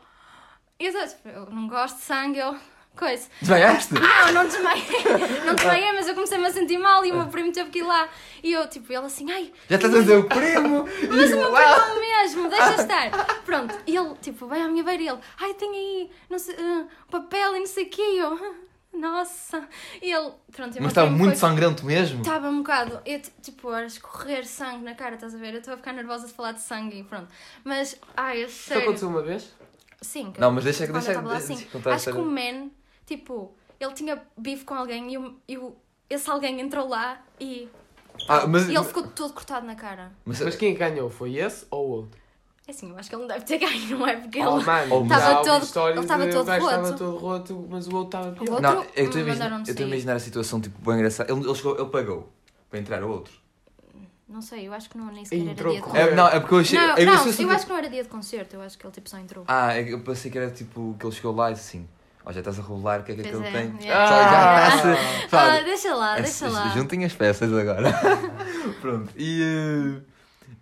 Speaker 2: eu, só, tipo, eu não gosto de sangue, eu, coisa.
Speaker 1: Desmaiaste?
Speaker 2: Não, não desmaiei, não desmaiei, mas eu comecei-me a sentir mal e o meu primo teve que ir lá. E eu, tipo, ele assim, ai,
Speaker 1: Já estás a dizer o primo?
Speaker 2: mas o
Speaker 1: E
Speaker 2: meu
Speaker 1: o-
Speaker 2: primo é o mesmo,
Speaker 1: Ah.
Speaker 2: deixa estar. Pronto, e ele, tipo, vai à minha beira e ele, ai, tem aí, não sei, ah, papel e não sei o quê. E eu, "Ah, nossa. E ele, pronto, eu
Speaker 1: Mas estava
Speaker 2: matei-me,
Speaker 1: muito
Speaker 2: foi-
Speaker 1: sangrento mesmo.
Speaker 2: Estava um bocado, eu, t- tipo, a escorrer sangue na cara, estás a ver? Eu estou a ficar nervosa de falar de sangue e pronto. Mas, ai, eu
Speaker 3: Isso
Speaker 2: sei.
Speaker 3: aconteceu uma vez?
Speaker 2: Sim, que
Speaker 1: Não,
Speaker 2: eu-
Speaker 1: mas deixa-
Speaker 2: quando eu
Speaker 1: deixa-
Speaker 2: estava lá,
Speaker 1: deixa-
Speaker 2: sim.
Speaker 1: deixa contar a
Speaker 2: Acho que
Speaker 1: história.
Speaker 2: o man, tipo, ele tinha bife com alguém e, o- e o- esse alguém entrou lá e,
Speaker 1: Ah, mas,
Speaker 2: e ele ficou todo cortado na cara.
Speaker 1: mas,
Speaker 3: Mas quem ganhou? Foi esse ou outro?
Speaker 2: É assim, eu acho que ele não deve ter ganho, não é? Porque ele.
Speaker 3: Oh, mano,
Speaker 1: Ele
Speaker 3: já
Speaker 1: estava
Speaker 3: ouvi
Speaker 2: todo-
Speaker 3: histórias
Speaker 2: ele estava
Speaker 3: de-
Speaker 2: todo
Speaker 3: o gajo Estava
Speaker 2: roto.
Speaker 3: todo roto, mas o outro estava pior.
Speaker 2: outro
Speaker 1: não, eu estou a imaginar,
Speaker 2: mandaram-me
Speaker 1: eu estou a
Speaker 2: sair.
Speaker 1: imaginar a situação tipo bem engraçada. Ele, ele, chegou- ele pagou para entrar o outro.
Speaker 2: Não sei, eu acho que não, nem sequer era
Speaker 3: Entrou
Speaker 2: dia de
Speaker 3: com-
Speaker 2: concerto.
Speaker 1: É, não, é porque eu achei.
Speaker 2: Não,
Speaker 1: eu
Speaker 2: não,
Speaker 1: achei
Speaker 2: eu
Speaker 1: super-
Speaker 2: acho que não era dia de concerto, eu acho que ele tipo só entrou.
Speaker 1: Ah, eu pensei que era tipo que ele chegou lá e disse assim: Ó, já estás a revelar o que é que
Speaker 2: Pois
Speaker 1: aquele
Speaker 2: é,
Speaker 1: tem.
Speaker 2: yeah.
Speaker 1: Só
Speaker 2: Ah.
Speaker 1: já está-se.
Speaker 2: Ah,
Speaker 1: sabe?
Speaker 2: deixa lá,
Speaker 1: É,
Speaker 2: deixa
Speaker 1: s-
Speaker 2: lá.
Speaker 1: Juntem as peças agora. Pronto, e. eh,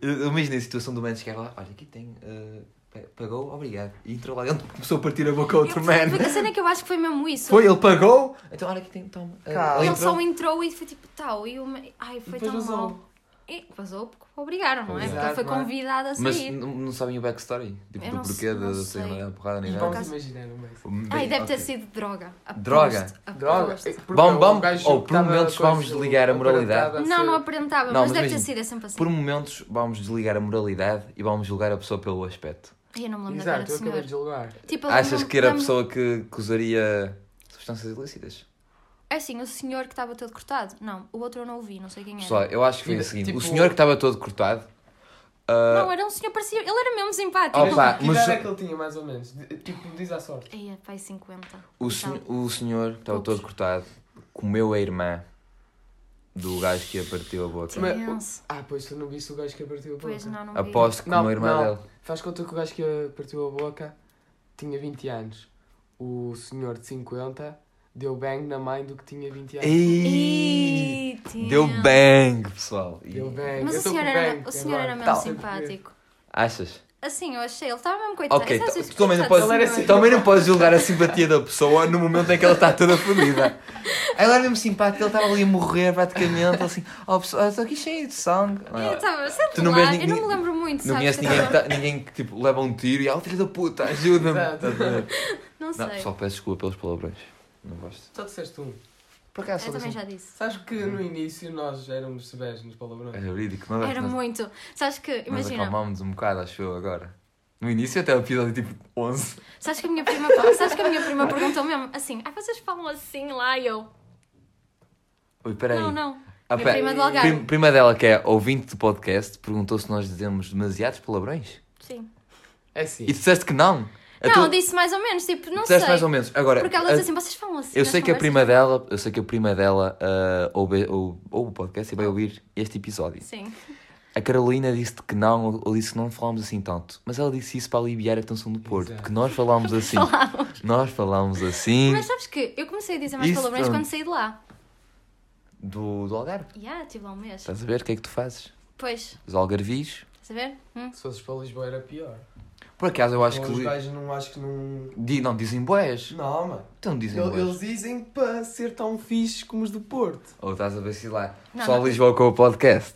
Speaker 1: eu imaginei a situação do man chegar lá: Olha, aqui tem. eh, pa- pagou, obrigado. E entrou lá dentro, começou a partir a boca a outro
Speaker 2: Eu-
Speaker 1: man.
Speaker 2: porque A cena é que eu acho que foi mesmo isso.
Speaker 1: né? Foi, ele pagou. Então, olha, aqui tem. Toma. Eh,
Speaker 3: Calma.
Speaker 2: Ele
Speaker 1: entrou.
Speaker 2: só entrou e foi tipo tal. E o me- Ai, foi
Speaker 3: Depois
Speaker 2: tão
Speaker 3: vazou.
Speaker 2: mal. E vazou porque obrigaram, não é? Porque
Speaker 3: Exato,
Speaker 2: ele foi
Speaker 3: não é?
Speaker 2: convidado a
Speaker 1: Mas
Speaker 2: sair.
Speaker 1: n- não sabem o backstory? Tipo,
Speaker 2: Eu
Speaker 1: do
Speaker 2: não
Speaker 1: porquê
Speaker 2: sei- não
Speaker 1: da da
Speaker 2: sei.
Speaker 1: saída da porrada nem
Speaker 3: E
Speaker 1: nada. Hum,
Speaker 3: vamos imaginar um mês.
Speaker 2: Ai, Ah, deve
Speaker 1: Ok.
Speaker 2: ter sido droga. Aposto,
Speaker 1: Droga.
Speaker 2: aposto.
Speaker 3: Droga. é Porque
Speaker 1: Vamos-
Speaker 3: o
Speaker 1: vamos-
Speaker 3: gajo
Speaker 1: ou por
Speaker 3: estava
Speaker 1: momentos
Speaker 3: coisa-
Speaker 1: vamos desligar a moralidade.
Speaker 3: aparentava
Speaker 2: Não, não
Speaker 3: ser-
Speaker 2: aparentava, mas,
Speaker 1: Não, mas
Speaker 2: deve ter
Speaker 1: imagina,
Speaker 2: sido é sempre assim.
Speaker 1: Por um- momentos, vamos desligar a moralidade e vamos julgar a pessoa pelo aspecto.
Speaker 2: Ai, eu não me lembro da cara
Speaker 3: Exato,
Speaker 2: do
Speaker 3: eu acabei
Speaker 2: senhor.
Speaker 3: de julgar.
Speaker 2: Tipo, eu
Speaker 1: Achas
Speaker 2: lembro-
Speaker 1: que era a
Speaker 2: lembro-
Speaker 1: pessoa que, que usaria substâncias ilícitas?
Speaker 2: É assim, o senhor que estava todo cortado. Não, o outro eu não ouvi, não sei quem era.
Speaker 1: Pessoal, eu acho que foi o
Speaker 3: Tipo-
Speaker 1: seguinte: o senhor que estava todo cortado. ah,
Speaker 2: Não, era um senhor parecia. Ele era mesmo simpático.
Speaker 1: Opa.
Speaker 3: que
Speaker 1: mas-
Speaker 3: idade é que ele tinha, mais ou menos? De- Tipo, diz à sorte.
Speaker 2: Ai, pai 50.
Speaker 1: o,
Speaker 2: e
Speaker 1: sen-
Speaker 2: tal.
Speaker 1: o senhor que estava
Speaker 2: Tá. Poucos.
Speaker 1: todo cortado comeu a irmã do gajo que a partiu a boca.
Speaker 3: Mas-
Speaker 2: Tenso.
Speaker 3: Ah, pois tu não viste o gajo que partiu a boca.
Speaker 2: Pois não, não vi.
Speaker 1: Aposto que
Speaker 3: Não,
Speaker 1: comeu a irmã
Speaker 3: não.
Speaker 1: dele.
Speaker 3: Faz conta que o gajo que partiu a boca tinha 20 anos. O senhor de 50 deu bang na mãe do que tinha 20 anos.
Speaker 1: Ei,
Speaker 2: Ih,
Speaker 1: Deu
Speaker 2: tenso.
Speaker 1: bang, pessoal. E-
Speaker 3: Deu bang.
Speaker 2: Mas
Speaker 3: eu
Speaker 2: o
Speaker 3: tô
Speaker 2: senhor,
Speaker 3: com
Speaker 2: era,
Speaker 3: bang
Speaker 2: o senhor era
Speaker 3: agora. Tá.
Speaker 2: mesmo
Speaker 1: Tal.
Speaker 2: simpático.
Speaker 1: Achas?
Speaker 2: Assim, eu achei, ele estava mesmo coitado.
Speaker 1: Ok,
Speaker 2: Sabe,
Speaker 1: t-
Speaker 2: se
Speaker 1: tu também não,
Speaker 2: coitado
Speaker 1: podes,
Speaker 2: do
Speaker 3: Ele era
Speaker 2: senhor.
Speaker 3: assim.
Speaker 1: também não podes julgar a simpatia da pessoa no momento em que ela está toda fodida. Ela era mesmo simpática, ele estava ali a morrer praticamente, ele assim, oh pessoal, estou aqui cheio de sangue.
Speaker 2: Eu estava, sente
Speaker 1: Tu não
Speaker 2: lá,
Speaker 1: vês ninguém-
Speaker 2: eu não me lembro muito,
Speaker 1: Não
Speaker 2: sabes?
Speaker 1: conheço
Speaker 2: que
Speaker 1: ninguém
Speaker 2: eu
Speaker 1: que,
Speaker 2: tava-
Speaker 1: tá- ninguém que tipo, leva um tiro e, oh filho da puta, ajuda-me.
Speaker 3: Exato.
Speaker 1: Estás a ver?
Speaker 2: Não sei.
Speaker 1: Não, pessoal, peço desculpa pelos palavrões. Não gosto.
Speaker 3: Só disseste um.
Speaker 1: Por acaso,
Speaker 2: Eu
Speaker 1: sou
Speaker 2: também
Speaker 1: assim.
Speaker 2: já disse.
Speaker 3: Sabes que no início nós éramos severos nos palavrões.
Speaker 1: É verídico, nós,
Speaker 2: Era
Speaker 1: nós,
Speaker 2: muito. Sabes que,
Speaker 1: nós
Speaker 2: imagina,
Speaker 1: acalmámos um bocado, acho eu, agora. No início até o episódio tipo 11.
Speaker 2: sabes que a minha prima, sabes que a minha prima perguntou mesmo assim: ah, vocês falam assim lá? E eu,
Speaker 1: Ui, peraí.
Speaker 2: não, não.
Speaker 1: Ah,
Speaker 2: minha
Speaker 1: pera-
Speaker 2: prima do
Speaker 1: Prim-
Speaker 2: Algarve.
Speaker 1: prima dela, que é ouvinte do podcast, perguntou se nós dizemos demasiados palavrões.
Speaker 2: Sim.
Speaker 3: É sim.
Speaker 1: E tu disseste que não. A
Speaker 2: Não,
Speaker 1: tua-
Speaker 2: disse mais ou menos, tipo, não sei.
Speaker 1: disseste mais ou menos. Agora,
Speaker 2: Porque ela
Speaker 1: a-
Speaker 2: diz assim: vocês falam assim.
Speaker 1: eu
Speaker 2: nas
Speaker 1: sei que é a
Speaker 2: conversas?"
Speaker 1: prima dela, eu sei que a prima dela ah, ouve, ou- ouve o podcast e vai ouvir este episódio.
Speaker 2: Sim.
Speaker 1: A Carolina disse-te que não, ou- ou disse que não falámos assim tanto. Mas ela disse isso para aliviar a tensão do Porto,
Speaker 3: Exato.
Speaker 1: porque nós falámos assim. Nós falámos assim
Speaker 2: Mas sabes que eu comecei a dizer mais
Speaker 1: Isso,
Speaker 2: palavrões
Speaker 1: pronto.
Speaker 2: quando saí de lá.
Speaker 1: do, do Algarve.
Speaker 2: E ah, tive lá um mês.
Speaker 1: Estás a ver? O que é que tu fazes?
Speaker 2: Pois,
Speaker 1: Os algarvios?
Speaker 2: estás a ver? Hum?
Speaker 3: Se fosses para Lisboa era pior.
Speaker 1: Por acaso eu acho
Speaker 3: Não,
Speaker 1: que.
Speaker 3: Os
Speaker 1: li-
Speaker 3: gajos não acho que não.
Speaker 1: Di, não, dizem boés.
Speaker 3: Não, mano.
Speaker 1: Então dizem
Speaker 3: Eles,
Speaker 1: boés.
Speaker 3: eles dizem para ser tão fixe como os do Porto.
Speaker 1: Ou estás a vacilar?
Speaker 2: Não,
Speaker 1: pessoal
Speaker 2: não.
Speaker 1: de Lisboa com o podcast.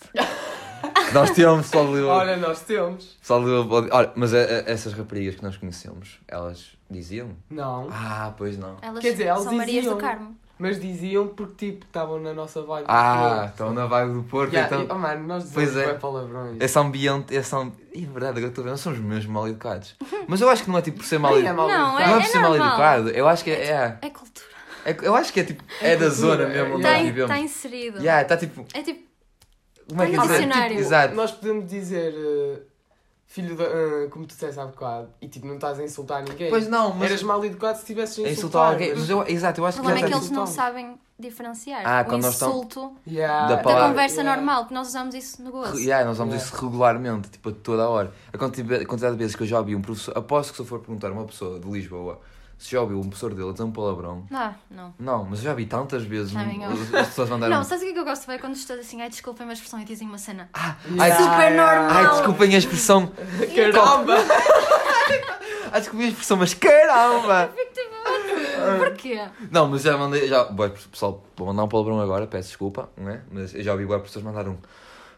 Speaker 1: nós tínhamos pessoal de Lisboa.
Speaker 3: Olha, nós temos.
Speaker 1: Pessoal de Lisboa pod- Olha, mas a- a- essas raparigas que nós conhecemos, elas diziam?
Speaker 3: Não.
Speaker 1: Ah, pois não.
Speaker 2: Elas
Speaker 3: Quer dizer, elas
Speaker 2: são Marias
Speaker 3: diziam.
Speaker 2: do Carmo.
Speaker 3: Mas diziam porque, tipo, estavam na nossa vibe.
Speaker 1: Ah,
Speaker 3: do Porto.
Speaker 1: estão na vibe do Porto,
Speaker 3: Yeah, e-
Speaker 1: então.
Speaker 3: oh, mano, nós
Speaker 1: Pois
Speaker 3: dizemos
Speaker 1: é.
Speaker 3: bué palavrões.
Speaker 1: Esse ambiente, esse ambiente. É verdade, agora estou vendo, nós somos mesmo mal educados. Mas eu acho que não é tipo por ser mal
Speaker 3: Nem é
Speaker 1: educado.
Speaker 3: mal
Speaker 2: Não,
Speaker 1: Não
Speaker 3: educado.
Speaker 1: é
Speaker 2: É
Speaker 1: por ser mal
Speaker 2: normal.
Speaker 1: educado, eu acho que é. é,
Speaker 2: É cultura.
Speaker 1: é- eu acho que é tipo. É da
Speaker 3: cultura,
Speaker 1: zona
Speaker 3: é,
Speaker 1: mesmo onde
Speaker 3: yeah.
Speaker 1: nós
Speaker 2: Está
Speaker 1: vivemos.
Speaker 2: tá inserido.
Speaker 1: Yeah, está tipo.
Speaker 2: É tipo,
Speaker 1: Como é
Speaker 2: Tá
Speaker 1: que é
Speaker 2: no
Speaker 1: dizer?
Speaker 2: dicionário.
Speaker 1: Tipo, exato.
Speaker 3: Nós podemos dizer eh, filho da. eh, como tu disseste há bocado, e tipo, não estás a insultar ninguém.
Speaker 1: Pois não, mas.
Speaker 3: Eras mal educado se estivesses a
Speaker 1: é
Speaker 3: insultar.
Speaker 1: insultar alguém.
Speaker 3: mas-
Speaker 1: Mas eu, exato, eu
Speaker 2: o
Speaker 1: acho que
Speaker 2: problema
Speaker 1: já tá
Speaker 2: é
Speaker 1: está
Speaker 2: que eles
Speaker 3: insultando.
Speaker 2: não sabem diferenciar
Speaker 1: Ah,
Speaker 2: o
Speaker 1: quando nós estamos-
Speaker 2: insulto
Speaker 3: Yeah,
Speaker 1: Da
Speaker 2: da
Speaker 1: palavra.
Speaker 2: conversa
Speaker 3: yeah.
Speaker 2: normal, porque nós usamos isso no gozo.
Speaker 1: tipo, Re- Yeah, nós usamos
Speaker 3: Yeah.
Speaker 1: isso regularmente, tipo, a toda hora. A quantidade, a quantidade de vezes que eu já ouvi um professor, aposto que se eu for perguntar a uma pessoa de Lisboa se já ouviu um professor dele dizer um palavrão,
Speaker 2: Ah, não.
Speaker 1: não, mas eu já vi tantas vezes
Speaker 2: Também
Speaker 1: um-
Speaker 2: eu.
Speaker 1: as pessoas mandaram.
Speaker 2: Não, sabes o que é que eu gosto de ver quando estou assim, ai desculpem, mas expressão e dizem uma cena.
Speaker 1: Ai,
Speaker 3: Yeah,
Speaker 2: super
Speaker 3: yeah.
Speaker 1: Ai, desculpem a expressão,
Speaker 3: Caramba!
Speaker 1: ai, desculpem a expressão, mas caramba! Ah.
Speaker 2: Porquê?
Speaker 1: Não, mas já mandei, já, bué, pessoal, vou mandar um palavrão agora, peço desculpa, não é? Mas eu já ouvi boas pessoas mandar um.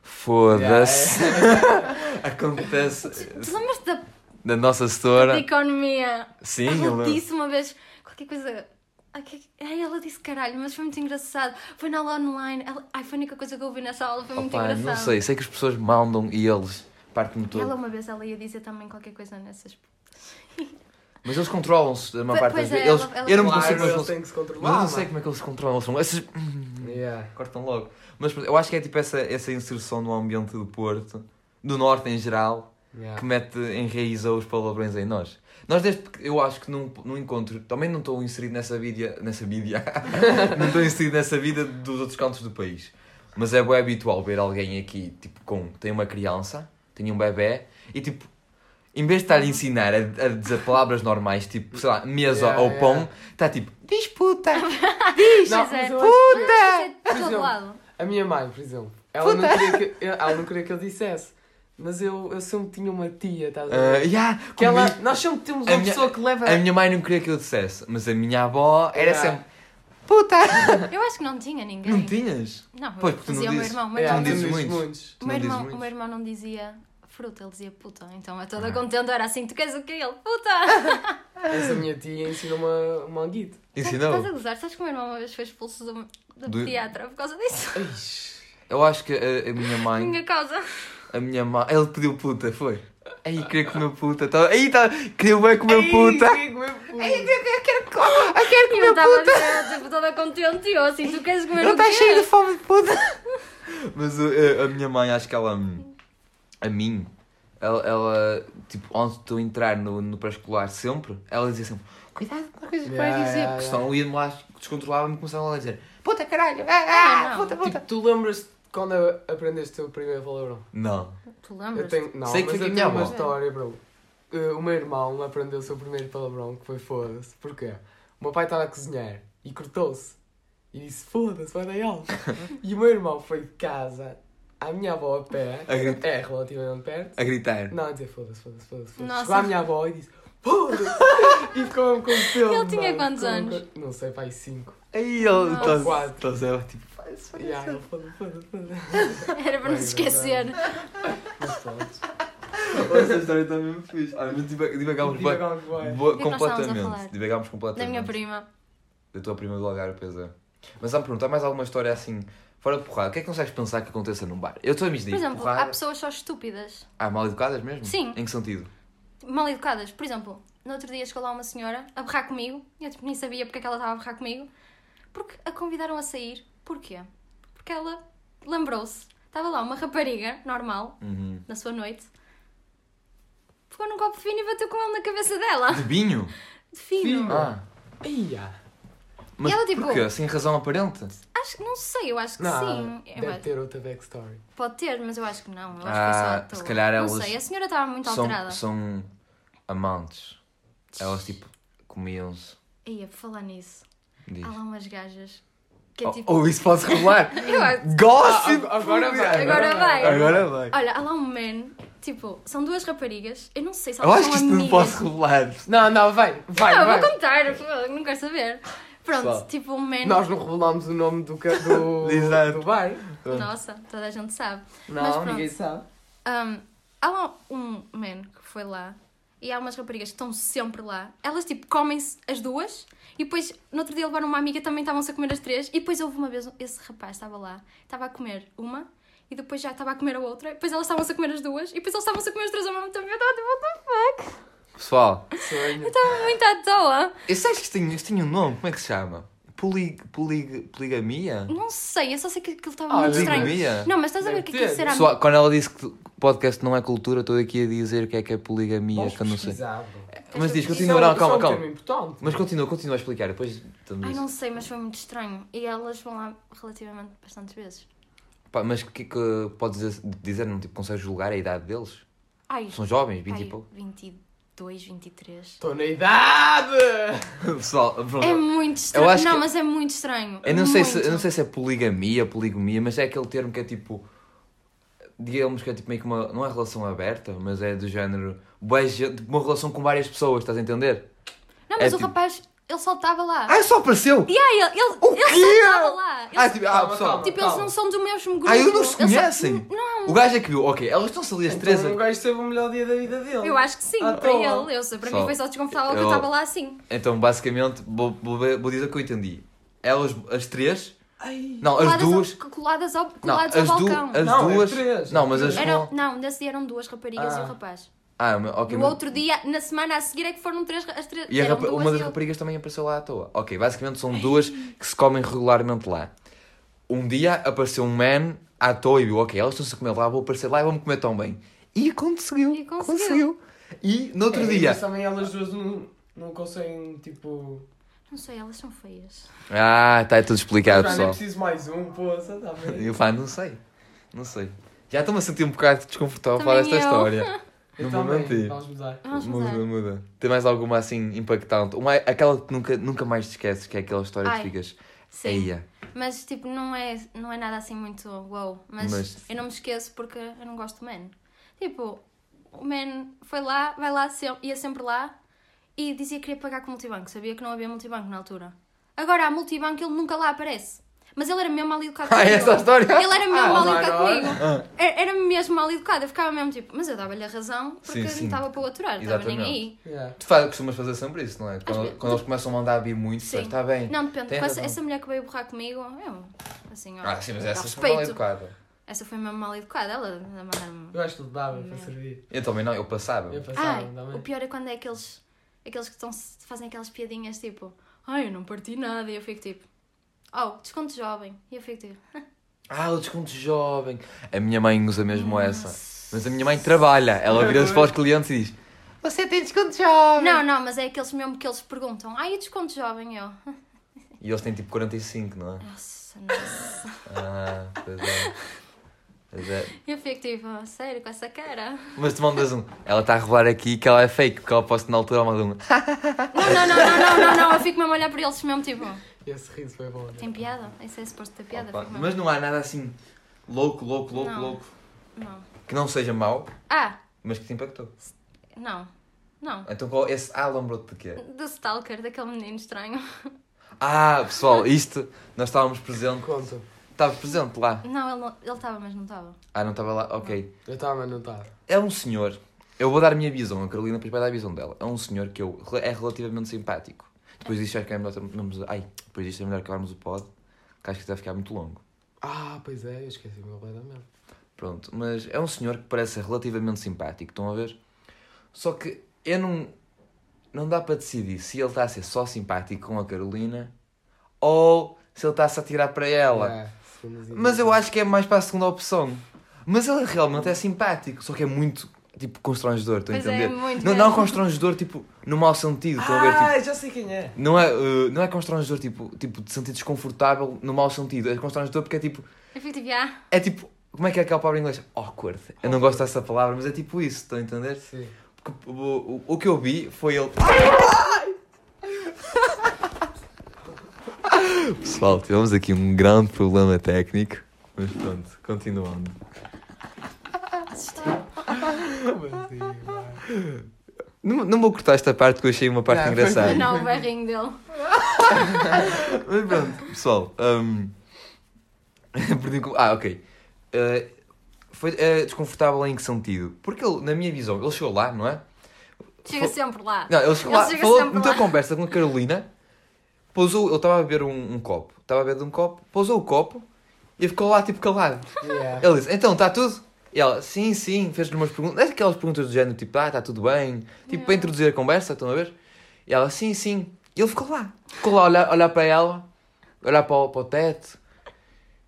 Speaker 1: Foda-se!
Speaker 2: é.
Speaker 1: Acontece
Speaker 2: Tu lembras da,
Speaker 1: da nossa
Speaker 2: da
Speaker 1: setora.
Speaker 2: economia?
Speaker 1: Sim, eu
Speaker 2: Ela
Speaker 1: lembro.
Speaker 2: disse uma vez qualquer coisa. Ai, que- ai, ela disse caralho, mas foi muito engraçado. Foi na aula online. Ela- ai, foi a única coisa que eu ouvi nessa aula, foi é muito
Speaker 1: Opa,
Speaker 2: engraçado.
Speaker 1: não sei, sei que as pessoas mandam e eles partem-me todo.
Speaker 2: Ela uma vez ela ia dizer também qualquer coisa nessas.
Speaker 1: Mas eles controlam-se da maior
Speaker 2: Pois- pois
Speaker 1: parte das vezes.
Speaker 2: é,
Speaker 1: Eles-
Speaker 2: ela-
Speaker 1: Eu não
Speaker 2: ela-
Speaker 3: Claro,
Speaker 1: consigo, mas
Speaker 3: eles
Speaker 1: eles-
Speaker 3: têm que se controlar.
Speaker 1: mas eu não sei
Speaker 3: mano.
Speaker 1: como é que eles controlam. São esses.
Speaker 3: Yeah.
Speaker 1: Cortam logo. Mas pronto, eu acho que é tipo essa, essa inserção no ambiente do Porto, do Norte em geral,
Speaker 3: Yeah.
Speaker 1: que mete, enraizou os palavrões em nós. Nós, desde que eu acho que num, num encontro, também não estou inserido nessa vida. Nessa vida. não estou inserido nessa vida dos outros cantos do país. Mas é bem habitual ver alguém aqui, tipo, com. Tem uma criança, tem um bebê, e tipo. Em vez de estar a ensinar a, a dizer palavras normais, tipo, sei lá, mesa
Speaker 3: Yeah,
Speaker 1: ou pão,
Speaker 3: yeah.
Speaker 1: está tipo, disputa,
Speaker 3: Não,
Speaker 2: Pois é.
Speaker 3: mas eu acho-
Speaker 1: puta!
Speaker 2: Mas isso é de todo
Speaker 3: Exemplo.
Speaker 2: lado.
Speaker 3: A minha mãe, por exemplo, ela não, queria que, ela não queria que eu dissesse, mas eu, eu sempre tinha uma tia, estás a
Speaker 1: Ah,
Speaker 3: ver?
Speaker 1: yeah,
Speaker 3: que ela,
Speaker 1: comigo-
Speaker 3: nós sempre temos
Speaker 1: a
Speaker 3: uma
Speaker 1: minha-
Speaker 3: pessoa que leva.
Speaker 1: A minha mãe não queria que eu dissesse, mas a minha avó era
Speaker 3: Yeah.
Speaker 1: sempre puta!
Speaker 2: Eu acho que não tinha ninguém.
Speaker 1: Não tinhas?
Speaker 2: Não, eu
Speaker 1: Pois, porque tu não
Speaker 2: fazia o meu
Speaker 1: dizes. É,
Speaker 2: irmão. o meu
Speaker 3: Yeah,
Speaker 1: não
Speaker 2: irmão-
Speaker 3: tu
Speaker 1: dizes
Speaker 3: dizes
Speaker 1: muitos.
Speaker 2: O
Speaker 1: Tu
Speaker 2: meu
Speaker 1: não dizes
Speaker 2: irmão,
Speaker 1: muito.
Speaker 2: o meu irmão não dizia fruta, ele dizia puta. Então é toda
Speaker 1: Ah.
Speaker 2: contente, era assim, tu queres o que ele? Puta!
Speaker 3: Essa minha tia ensina uma, uma anguite.
Speaker 2: Estás a
Speaker 1: Ensinou?
Speaker 2: gozar? Sabes que o meu irmão uma vez foi expulso do, do
Speaker 1: Do-
Speaker 2: pediatra por causa disso?
Speaker 3: Ixi.
Speaker 1: Eu acho que a, a minha mãe.
Speaker 2: Minha causa.
Speaker 1: A minha mãe. Ele pediu puta, foi? Aí queria comer puta. Tá... Aí tá... queria bem comer puta.
Speaker 3: Ei, que meu puta.
Speaker 1: Eu quero, co- eu quero
Speaker 2: E eu estava a dizer, tipo, toda contente e eu assim, tu queres comer
Speaker 1: Ele
Speaker 2: o quê?
Speaker 1: está tá cheio de fome de puta. Mas uh, a, a minha mãe, acho que ela. hum, A mim. Ela, ela, tipo, antes de eu entrar no, no pré-escolar sempre, ela dizia sempre: Cuidado com as coisas que vais
Speaker 3: Yeah,
Speaker 1: dizer.
Speaker 3: yeah,
Speaker 1: Porque
Speaker 3: yeah.
Speaker 1: senão eu ia-me lá, descontrolava-me e começava a dizer: Puta caralho, ah, ah,
Speaker 2: Ah, não.
Speaker 1: puta, puta.
Speaker 3: Tipo, tu lembras-te quando a- aprendeste o teu primeiro palavrão?
Speaker 1: Não.
Speaker 2: Tu
Speaker 3: Eu
Speaker 2: lembras?
Speaker 3: tenho, não,
Speaker 1: Sei que
Speaker 3: mas
Speaker 1: foi com
Speaker 3: eu
Speaker 1: a
Speaker 3: tenho
Speaker 1: minha
Speaker 3: uma
Speaker 1: avó.
Speaker 3: história, bro. Uh, o meu irmão aprendeu o seu primeiro palavrão, que foi foda-se. Porquê? O meu pai estava a cozinhar e cortou-se. E disse, foda-se, vai dar algo. e o meu irmão foi de casa à minha avó a pé,
Speaker 1: A gritar.
Speaker 3: é relativamente perto.
Speaker 1: A gritar.
Speaker 3: Não, a dizer foda-se, foda-se, foda-se. foda-se.
Speaker 2: Nossa.
Speaker 3: Chegou à minha avó e disse, foda-se. e ficou com um filme.
Speaker 2: Ele tinha quantos anos?
Speaker 3: Não sei, pai, cinco.
Speaker 1: Aí ele.
Speaker 2: Nossa.
Speaker 1: Estás estás a tipo. "Faz, faz
Speaker 3: E aí,
Speaker 1: isso."
Speaker 3: ele foda-se, foda-se, foda-se.
Speaker 2: Era para nos esquecer.
Speaker 3: Mas pronto.
Speaker 1: Essa história
Speaker 3: tá
Speaker 1: está mesmo fixe. Ah, mas divagámos
Speaker 3: E
Speaker 1: bué-
Speaker 3: agora vai.
Speaker 1: bué-
Speaker 2: que nós estávamos a falar?
Speaker 1: completamente. Divagámos
Speaker 2: Da
Speaker 1: completamente.
Speaker 2: minha prima.
Speaker 1: Da tua prima do Algarve, pois é. Mas há-me perguntar mais alguma história assim, fora de porrada. O que é que consegues pensar que aconteça num bar? Eu estou a me dizer,
Speaker 2: Por exemplo, há
Speaker 1: porrada...
Speaker 2: pessoas só estúpidas.
Speaker 1: Ah, mal educadas mesmo?
Speaker 2: Sim.
Speaker 1: Em que sentido?
Speaker 2: mal educadas. Por exemplo, no outro dia chegou lá uma senhora a berrar comigo, e eu tipo, nem sabia porque é que ela estava a berrar comigo, porque a convidaram a sair. Porquê? Porque ela lembrou-se. Estava lá uma rapariga, normal,
Speaker 1: Uhum.
Speaker 2: na sua noite, pegou num copo de vinho e bateu com ele na cabeça dela.
Speaker 1: De vinho?
Speaker 2: De fino.
Speaker 3: Vinho?
Speaker 1: Ah.
Speaker 3: Ei, ah.
Speaker 1: Mas
Speaker 2: E ela, tipo-
Speaker 1: porquê? Sem razão aparente?
Speaker 2: Acho que, não sei, eu acho que
Speaker 3: Não,
Speaker 2: sim. Eu
Speaker 3: Ah, deve
Speaker 2: acho-
Speaker 3: ter outra backstory.
Speaker 2: Pode ter, mas eu acho que não. Eu acho que foi só
Speaker 1: Ah,
Speaker 2: à toa.
Speaker 1: se calhar
Speaker 2: Não
Speaker 1: elas
Speaker 2: sei, a senhora estava muito
Speaker 1: São,
Speaker 2: alterada.
Speaker 1: são amantes. Elas tipo, comiam-se.
Speaker 2: Ia, por falar nisso,
Speaker 1: Diz.
Speaker 2: há lá umas gajas Ah, que é
Speaker 1: Ou
Speaker 2: tipo...
Speaker 1: ou isso pode revelar?
Speaker 2: Eu acho-
Speaker 1: Gossip!
Speaker 3: Ah, agora vai,
Speaker 2: Assim, Agora vai.
Speaker 1: Agora vai.
Speaker 2: Olha, há lá um man, tipo, são duas raparigas, eu não sei se
Speaker 1: Eu
Speaker 2: elas
Speaker 1: acho
Speaker 2: são
Speaker 1: que isto
Speaker 2: amigas.
Speaker 1: não posso revelar.
Speaker 3: Não, não, vai, vai,
Speaker 2: Não,
Speaker 3: vai.
Speaker 2: vou contar, foda-se, não quero saber. Pronto,
Speaker 1: Pessoal,
Speaker 2: tipo, um man,
Speaker 3: Nós não revelámos o nome do, ca- do,
Speaker 1: Exato.
Speaker 3: do bar.
Speaker 2: nossa, toda a gente sabe.
Speaker 3: Não,
Speaker 2: Mas pronto.
Speaker 3: ninguém sabe.
Speaker 2: Ahm, há lá um man que foi lá e há umas raparigas que estão sempre lá. Elas, tipo, comem-se as duas e depois, no outro dia, levaram uma amiga, também estavam-se a comer as três. E depois houve uma vez, um, esse rapaz estava lá, estava a comer uma e depois já estava a comer a outra. E depois elas estavam-se a comer as duas e depois elas estavam-se a comer as três ao mesmo tempo. Eu estava tipo, what the fuck? tá
Speaker 1: Pessoal,
Speaker 3: Sonho.
Speaker 2: Estava muito à toa.
Speaker 1: eu sei que isto tem, isto tem um nome, como é que se chama? Polig, polig, poligamia?
Speaker 2: Não sei, eu só sei que aquilo estava
Speaker 3: Ah,
Speaker 2: muito
Speaker 3: eu
Speaker 2: estranho.
Speaker 1: digo-me.
Speaker 2: Não, mas estás a ver
Speaker 3: Deve
Speaker 2: que aquilo
Speaker 3: ter.
Speaker 2: será.
Speaker 1: Pessoal, quando ela disse que o podcast não é cultura, estou aqui a dizer o que é que é poligamia,
Speaker 3: Vamos
Speaker 1: que eu não sei.
Speaker 3: pesquisar, bro.
Speaker 1: Mas diz,
Speaker 2: Isso é um-
Speaker 1: continua, não,
Speaker 3: Isso é
Speaker 1: calma,
Speaker 3: um termo
Speaker 1: calma.
Speaker 3: importante.
Speaker 1: Mas continua, continua a explicar, depois estamos
Speaker 2: Ai, não
Speaker 1: nisso.
Speaker 2: sei, mas foi muito estranho. E elas vão lá relativamente bastantes vezes.
Speaker 1: Pá, Mas o que é que podes dizer- dizer-me? Tipo, consegues julgar a idade deles?
Speaker 2: Ai,
Speaker 1: São jovens, 20
Speaker 2: ai,
Speaker 1: e pouco.
Speaker 2: 22, 23.
Speaker 3: Estou na idade!
Speaker 1: Pessoal, pronto.
Speaker 2: É muito estranho.
Speaker 1: acho
Speaker 2: Não,
Speaker 1: que-
Speaker 2: mas é muito estranho.
Speaker 1: Eu não, sei se,
Speaker 2: Muito.
Speaker 1: eu não sei se é poligamia, poligamia, mas é aquele termo que é tipo. Digamos que é tipo meio que uma. Não é relação aberta, tipo mas é do género. bué gente- Uma relação com várias pessoas, estás a entender?
Speaker 2: Não, mas
Speaker 1: é
Speaker 2: o
Speaker 1: tipo-
Speaker 2: rapaz Ele só estava lá.
Speaker 1: Ah, só apareceu!
Speaker 2: E aí, ele, ele,
Speaker 1: O
Speaker 2: ele
Speaker 1: quê?
Speaker 2: só estava lá. Ele-
Speaker 1: Ah, tipo, ah,
Speaker 3: Calma,
Speaker 1: pessoal.
Speaker 3: calma.
Speaker 2: tipo, eles não são do mesmo grupo.
Speaker 1: Ah, eles não se
Speaker 2: Eles só-
Speaker 1: conhecem?
Speaker 2: Não,
Speaker 1: O gajo é que viu, ok, elas estão-se ali as três
Speaker 3: Então, um
Speaker 1: a...
Speaker 3: gajo teve o melhor dia da vida dele.
Speaker 2: eu acho que sim,
Speaker 3: Ah,
Speaker 2: para
Speaker 3: então, ah.
Speaker 2: ele. Eu sei, para
Speaker 1: Só-
Speaker 2: mim foi só desconfortável que eu
Speaker 1: eu-
Speaker 2: estava lá assim.
Speaker 1: Então, basicamente, vou, vou, ver- vou dizer o que eu entendi. Elas, as três...
Speaker 3: Ai.
Speaker 1: Não, as
Speaker 2: coladas
Speaker 1: duas...
Speaker 2: Ao, coladas ao,
Speaker 1: Não,
Speaker 2: coladas
Speaker 1: as,
Speaker 2: ao
Speaker 1: du
Speaker 2: balcão.
Speaker 1: as
Speaker 3: Não, é
Speaker 1: duas...
Speaker 3: três, é
Speaker 1: não, mas as...
Speaker 3: três.
Speaker 2: Eram,
Speaker 1: com-
Speaker 2: não, desse dia eram duas raparigas
Speaker 3: Ah.
Speaker 2: e um rapaz.
Speaker 1: Ah, ok.
Speaker 2: No
Speaker 1: mas-
Speaker 2: outro dia, na semana a seguir, é que foram três, as três
Speaker 1: E a
Speaker 2: eram
Speaker 1: rapa-
Speaker 2: duas
Speaker 1: uma das
Speaker 2: e eu-
Speaker 1: raparigas também apareceu lá à toa. Ok, basicamente são duas que se comem regularmente lá. Um dia apareceu um man à toa e viu, ok, elas estão-se a comer lá, vou aparecer lá e vou-me comer tão bem. E conseguiu.
Speaker 2: E conseguiu.
Speaker 1: conseguiu. E no outro
Speaker 3: É,
Speaker 1: dia.
Speaker 3: Mas também elas duas não, não conseguem, tipo...
Speaker 2: Não sei, elas são feias.
Speaker 1: Ah, está tudo explicado,
Speaker 3: já nem
Speaker 1: pessoal.
Speaker 3: preciso mais um, poça, está bem.
Speaker 1: Eu falo, não sei. Não sei. Já estou-me a sentir um bocado desconfortável a falar
Speaker 2: Também
Speaker 1: desta
Speaker 2: eu.
Speaker 1: história.
Speaker 3: Eu
Speaker 1: Não vou
Speaker 3: também,
Speaker 1: mentir.
Speaker 3: Vamos mudar.
Speaker 2: Vamos mudar.
Speaker 1: Muda, muda. Tem mais alguma assim impactante? Uma, aquela que nunca, nunca mais te esqueces, que é aquela história
Speaker 2: Ai,
Speaker 1: que ficas.
Speaker 2: Sim.
Speaker 1: Eia.
Speaker 2: Mas tipo, não é, não é nada assim muito wow. Mas,
Speaker 1: Mas-
Speaker 2: eu não me esqueço porque eu não gosto do Man. Tipo, o Man foi lá, vai lá, se- ia sempre lá e dizia que queria pagar com multibanco. Sabia que não havia multibanco na altura. Agora há multibanco ele nunca lá aparece. Mas ele era mesmo mal educado
Speaker 1: Ah, essa história?
Speaker 2: Ele era mesmo
Speaker 3: Ah,
Speaker 2: mal
Speaker 3: oh my
Speaker 2: educado
Speaker 3: God.
Speaker 2: comigo.
Speaker 1: Ah.
Speaker 2: Era era mesmo mal educado. Eu ficava mesmo tipo, mas eu dava-lhe a razão porque
Speaker 1: Sim,
Speaker 2: eu
Speaker 1: sim.
Speaker 2: não estava para o aturar, estava nem
Speaker 1: Exatamente.
Speaker 2: aí.
Speaker 3: Yeah.
Speaker 1: Tu faz, costumas fazer sempre isso, não é? Quando,
Speaker 2: vezes-
Speaker 1: quando eles começam a mandar a vir muito,
Speaker 2: Sim.
Speaker 1: está bem.
Speaker 2: Não, depende.
Speaker 1: Tem
Speaker 2: Com essa,
Speaker 1: razão.
Speaker 2: essa mulher que veio borrar comigo, eu, assim, ó,
Speaker 1: Ah, sim, mas
Speaker 2: dá
Speaker 1: essa foi mal
Speaker 2: respeito.
Speaker 1: educada.
Speaker 2: Essa foi mesmo mal educada, ela a mandar-me.
Speaker 3: Eu acho que dava para
Speaker 2: Não.
Speaker 3: servir.
Speaker 1: Eu também não, eu passava.
Speaker 3: Eu passava
Speaker 2: Ai,
Speaker 3: também.
Speaker 2: o pior é quando é aqueles, aqueles que estão, fazem aquelas piadinhas tipo, ai, eu não parti nada, e eu fico tipo, oh, desconto jovem, e eu fico tipo,
Speaker 1: Ah, o desconto jovem. A minha mãe usa mesmo
Speaker 2: Nossa.
Speaker 1: essa. Mas a minha mãe trabalha. Ela vira-se para os clientes e diz: Você tem desconto jovem.
Speaker 2: não, não, mas é aqueles mesmo que eles perguntam, ai, e desconto jovem, E eu,
Speaker 1: E eles têm tipo 45, não é?
Speaker 2: nossa, nossa,
Speaker 1: Ah, pois é. Pois é.
Speaker 2: E eu fico tipo, "Ah, sério, com essa cara.
Speaker 1: Mas tu mandas um. Ela está a revelar aqui que ela é fake, porque ela posta na altura uma um.
Speaker 2: Não, não, não, não, não, não, não, eu fico mesmo a olhar para eles mesmo tipo,
Speaker 3: Esse riso foi bom. né?
Speaker 2: tem piada? Isso é suposto ter piada?
Speaker 1: Opa,
Speaker 2: Fico mesmo,
Speaker 1: Mas não há nada assim louco, louco, louco,
Speaker 2: Não.
Speaker 1: louco.
Speaker 2: Não.
Speaker 1: Que não seja mau,
Speaker 2: Ah,
Speaker 1: mas que te impactou.
Speaker 2: não, não.
Speaker 1: Então qual esse A lembrou-te de quê?
Speaker 2: Do Stalker, daquele menino estranho.
Speaker 1: Ah, pessoal, isto, nós estávamos presentes.
Speaker 3: Conta.
Speaker 1: Estava presente lá.
Speaker 2: Não, ele não- ele estava, mas não estava.
Speaker 1: Ah, não estava lá? Ok.
Speaker 3: Eu estava, mas não estava.
Speaker 1: É um senhor. Eu vou dar a minha visão, a Carolina depois vai dar a visão dela. É um senhor que eu, é relativamente simpático. Depois disto acho que é melhor terminarmos. Ai, depois disto é melhor acabarmos o pod, que acho que isto vai ficar muito longo.
Speaker 3: Ah, pois é, eu esqueci-me completamente.
Speaker 1: Pronto, mas é um senhor que parece relativamente simpático, estão a ver? Só que eu não. Não dá para decidir se ele está a ser só simpático com a Carolina ou se ele está-se a tirar para ela.
Speaker 3: É, segundas ideias.
Speaker 1: Mas eu acho que é mais para a segunda opção. Mas ele realmente é simpático, só que é muito, tipo, constrangedor, estou a
Speaker 2: Pois é,
Speaker 1: entender?
Speaker 2: muito
Speaker 1: não, não
Speaker 2: mesmo.
Speaker 1: constrangedor, tipo, no mau sentido, estão a ver? Tipo,
Speaker 3: Ah, já sei quem é.
Speaker 1: não, é, eh, não é constrangedor, tipo, tipo, de sentir desconfortável no mau sentido. É constrangedor porque é tipo,
Speaker 2: Eu fico tipo, ah,
Speaker 1: é tipo, como é que é aquela palavra em inglês? Awkward. Eu não gosto dessa palavra, mas é tipo isso, estão a entender?
Speaker 3: Sim.
Speaker 1: Porque o, o, o que eu vi foi ele. Pessoal, tivemos aqui um grande problema técnico, mas pronto, continuando.
Speaker 2: assustou.
Speaker 3: Como assim? vai?
Speaker 1: Não, não vou cortar esta parte que eu achei uma parte
Speaker 3: Ah, foi
Speaker 1: engraçada.
Speaker 3: bem.
Speaker 2: Não, o berrinho dele.
Speaker 1: Mas pronto, pessoal. hum, perdi o co- Ah, ok. Eh, foi eh, desconfortável em que sentido? Porque ele, na minha visão, ele chegou lá, não é?
Speaker 2: Chega
Speaker 1: Fo-
Speaker 2: sempre lá.
Speaker 1: Não, ele chegou lá,
Speaker 2: chega
Speaker 1: falou,
Speaker 2: sempre
Speaker 1: meteu
Speaker 2: lá.
Speaker 1: conversa com a Carolina, pousou, ele estava a beber um, um copo, estava a beber de um copo, pousou o copo e ficou lá tipo calado.
Speaker 3: Yeah.
Speaker 1: Ele disse, então está tudo? E ela, sim, sim, fez-lhe umas perguntas, é aquelas perguntas do género, tipo, ah, está tudo bem, tipo, para introduzir a conversa, estão a ver? E ela, sim, sim, e ele ficou lá, ficou lá a olhar, a olhar para ela, a olhar para o, para o teto,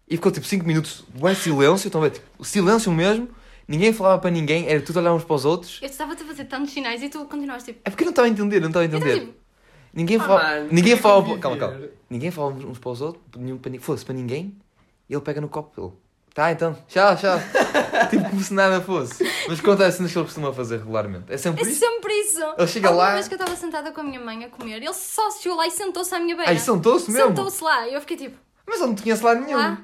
Speaker 1: e ficou tipo 5 minutos, bem silêncio, estão a ver, tipo, silêncio mesmo, ninguém falava para ninguém, era tudo a olhar uns para os outros,
Speaker 2: Eu estava-te a fazer tantos sinais e tu continuas tipo.
Speaker 1: é porque eu não estava a entender, não estava a entender.
Speaker 2: Então, tipo,
Speaker 1: Ninguém
Speaker 3: Ah,
Speaker 1: fala.
Speaker 3: mano,
Speaker 1: ninguém
Speaker 3: tem
Speaker 1: fala.
Speaker 3: que
Speaker 1: Calma,
Speaker 3: viver.
Speaker 1: calma. Ninguém fala uns para os outros. Nenhum, para, ni- fosse para ninguém. E ele pega no copo dele. Tá, então. Tchau, tchau. tipo como se nada fosse. Mas conta as cenas que ele costuma fazer regularmente. É sempre
Speaker 2: é
Speaker 1: isso.
Speaker 2: sempre isso.
Speaker 1: Ele chega
Speaker 2: Alguma
Speaker 1: lá-
Speaker 2: vez que eu estava sentada com a minha mãe a comer, ele só chegou lá e sentou-se à minha beira.
Speaker 1: Aí sentou-se mesmo.
Speaker 2: Sentou-se lá e eu fiquei tipo,
Speaker 1: Mas eu não te conheço lá nenhum.
Speaker 2: lá?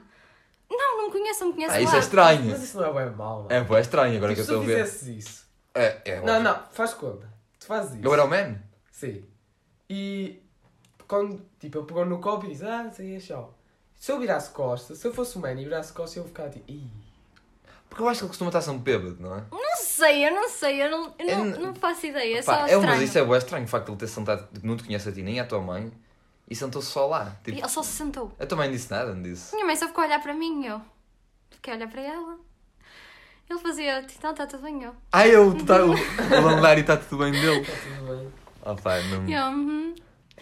Speaker 2: Não, não me conhece, não me conhece
Speaker 1: Ah, isso
Speaker 2: lá.
Speaker 1: é estranho.
Speaker 3: Mas isso não é bem mau, mano.
Speaker 1: É, pô, é estranho agora
Speaker 3: Tipo,
Speaker 1: que eu estou a
Speaker 3: Se
Speaker 1: ver.
Speaker 3: tu fizesses isso.
Speaker 1: É, é,
Speaker 3: Não, não, faz conta. Tu fazes isso.
Speaker 1: Eu era o man?
Speaker 3: Sim. E quando, tipo, ele pegou no copo e disse, ah, não sei só. Se eu virasse costas, se eu fosse humano e virasse costas, eu ia ficar tipo, ih.
Speaker 1: Porque eu acho que ele costuma estar sempre bêbado, não é?
Speaker 2: Não sei, eu não sei, eu não, eu
Speaker 1: Eu
Speaker 2: não,
Speaker 1: n-
Speaker 2: não faço ideia, é só
Speaker 1: Pá, é
Speaker 2: estranho.
Speaker 1: uma, isso é bué estranho, o facto de ele ter sentado, tipo, não te conhece a ti nem à tua mãe, e sentou-se só lá.
Speaker 2: E
Speaker 1: Tipo,
Speaker 2: Ele só se sentou.
Speaker 1: a tua mãe não disse nada, não disse?
Speaker 2: Minha mãe só ficou a olhar para mim e eu fiquei a olhar para ela. Ele fazia, então está tudo bem, eu.
Speaker 1: Ai,
Speaker 2: Uhum.
Speaker 1: eu, tá, o, o lendário está tudo bem dele.
Speaker 3: Tudo bem.
Speaker 1: Oh, pá, não-
Speaker 2: E eu, uhum.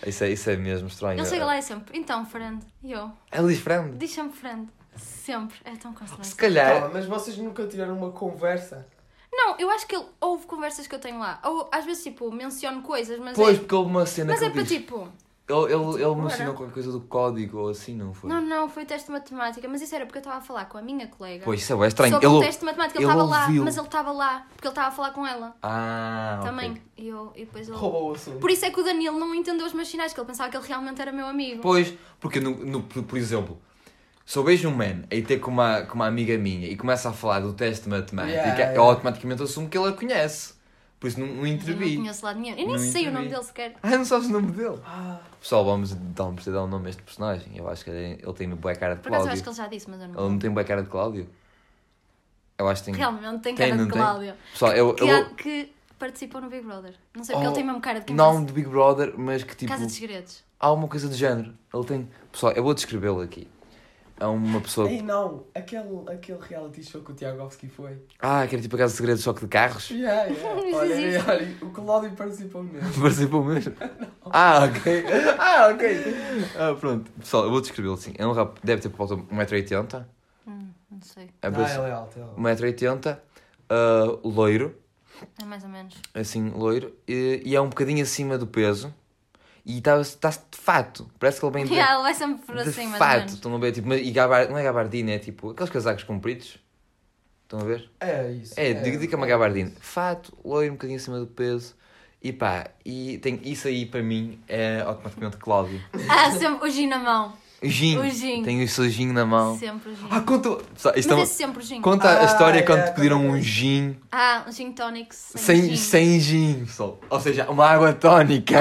Speaker 1: isso, é, isso é mesmo estranho.
Speaker 2: Ele chega lá e sempre, então, friend. E eu,
Speaker 1: Ela diz friend.
Speaker 2: diz-me friend. Sempre. É tão constrangedor.
Speaker 1: Se calhar.
Speaker 3: Calma, mas vocês nunca tiveram uma conversa.
Speaker 2: Não, eu acho que ele ouve conversas que eu tenho lá. Ou às vezes, tipo, menciono coisas, mas
Speaker 1: Pois,
Speaker 2: é,
Speaker 1: porque houve uma cena
Speaker 2: mas
Speaker 1: que
Speaker 2: é
Speaker 1: ele
Speaker 2: para
Speaker 1: diz.
Speaker 2: tipo.
Speaker 1: Ele, ele, ele
Speaker 2: Ora.
Speaker 1: mencionou qualquer coisa do código ou assim, não foi?
Speaker 2: Não, não, foi teste de matemática, mas isso era porque eu estava a falar com a minha colega.
Speaker 1: Pois, isso é bué estranho.
Speaker 2: Sobre
Speaker 1: Ele...
Speaker 2: o teste de matemática, ele
Speaker 1: ele
Speaker 2: estava lá,
Speaker 1: ouviu.
Speaker 2: mas ele estava lá, porque ele estava a falar com ela
Speaker 1: Ah, ok.
Speaker 2: também. E, eu, e depois ele.
Speaker 3: Roubou o assunto.
Speaker 2: Por isso é que o Danilo não entendeu os meus sinais, que ele pensava que ele realmente era meu amigo.
Speaker 1: Pois, porque, no, no- por por exemplo, se eu vejo um man a ir ter com uma, com uma amiga minha e começa a falar do teste de matemática,
Speaker 3: Yeah,
Speaker 1: eu
Speaker 3: yeah.
Speaker 1: automaticamente assumo que ele a conhece. Por isso não, não
Speaker 2: eu não
Speaker 1: intervi.
Speaker 2: conheço lá nenhum. Eu nem
Speaker 1: Não
Speaker 2: sei o
Speaker 1: intervi.
Speaker 2: nome dele sequer.
Speaker 1: Ah, não sabes o nome dele?
Speaker 3: Ah,
Speaker 1: Pessoal, vamos dar um dar um nome a este personagem. Eu acho que ele ele tem boa cara de
Speaker 2: Por acaso eu
Speaker 1: Cláudio.
Speaker 2: acho que ele é já disse, mas eu não.
Speaker 1: Ele não tem boa cara de Cláudio? Eu acho que tem.
Speaker 2: Realmente tem
Speaker 1: Tem,
Speaker 2: cara de
Speaker 1: não tem?
Speaker 2: Cláudio.
Speaker 1: Pessoal, eu.
Speaker 2: Que,
Speaker 1: eu...
Speaker 2: há- que participou no Big Brother. Não sei, porque
Speaker 1: Oh,
Speaker 2: ele tem mesmo cara de quem
Speaker 1: Não
Speaker 2: faz
Speaker 1: de Big Brother, mas que tipo.
Speaker 2: Casa de Segredos.
Speaker 1: Há uma coisa do género. Ele tem. Pessoal, eu vou descrevê-lo aqui. É uma pessoa.
Speaker 3: ei, não. Aquele, aquele reality show que o Tiagovski foi.
Speaker 1: Ah, que era tipo a casa de segredos, só que de carros.
Speaker 3: Yeah, yeah.
Speaker 2: Isso
Speaker 3: olha,
Speaker 2: existe.
Speaker 3: olha, o Cláudio participou mesmo.
Speaker 1: Parecia para o mesmo. Ah, ok. Ah, ok. Ah, pronto. Pessoal, eu vou descrevê-lo assim. É um rap. Deve ter por volta de 1,80m.
Speaker 2: Hum, não sei.
Speaker 1: É
Speaker 3: não,
Speaker 1: parecido-
Speaker 3: ele é alto, ele é alto.
Speaker 1: 1,80m. ah, loiro.
Speaker 2: É mais ou menos.
Speaker 1: assim, loiro, e, e é um bocadinho acima do peso, e está-se de fato, parece que ele vem de,
Speaker 2: Yeah, ele vai sempre por
Speaker 1: de
Speaker 2: assim, mais ou
Speaker 1: fato,
Speaker 2: menos.
Speaker 1: estão a ver, tipo, mas- e gabar, não é gabardina, é tipo, aqueles casacos compridos, estão a ver?
Speaker 3: É isso.
Speaker 1: É, diga diga que é uma gabardina, fato, loiro, um bocadinho acima do peso, e pá, e tem, isso aí para mim é automaticamente Cláudio.
Speaker 2: Ah, sempre o gin na mão.
Speaker 1: Gin,
Speaker 2: O gin.
Speaker 1: tem o seu gin na mão.
Speaker 2: Sempre o gin.
Speaker 1: Ah, conta, Pessoal, isto é
Speaker 2: Mas
Speaker 1: uma-
Speaker 2: é sempre o gin.
Speaker 1: conta a
Speaker 3: Ah,
Speaker 1: história quando
Speaker 3: é,
Speaker 1: te pediram
Speaker 3: também.
Speaker 1: um gin
Speaker 2: Ah, um gin tonic sem,
Speaker 1: sem,
Speaker 2: gin.
Speaker 1: sem gin, pessoal, ou seja, uma água tónica.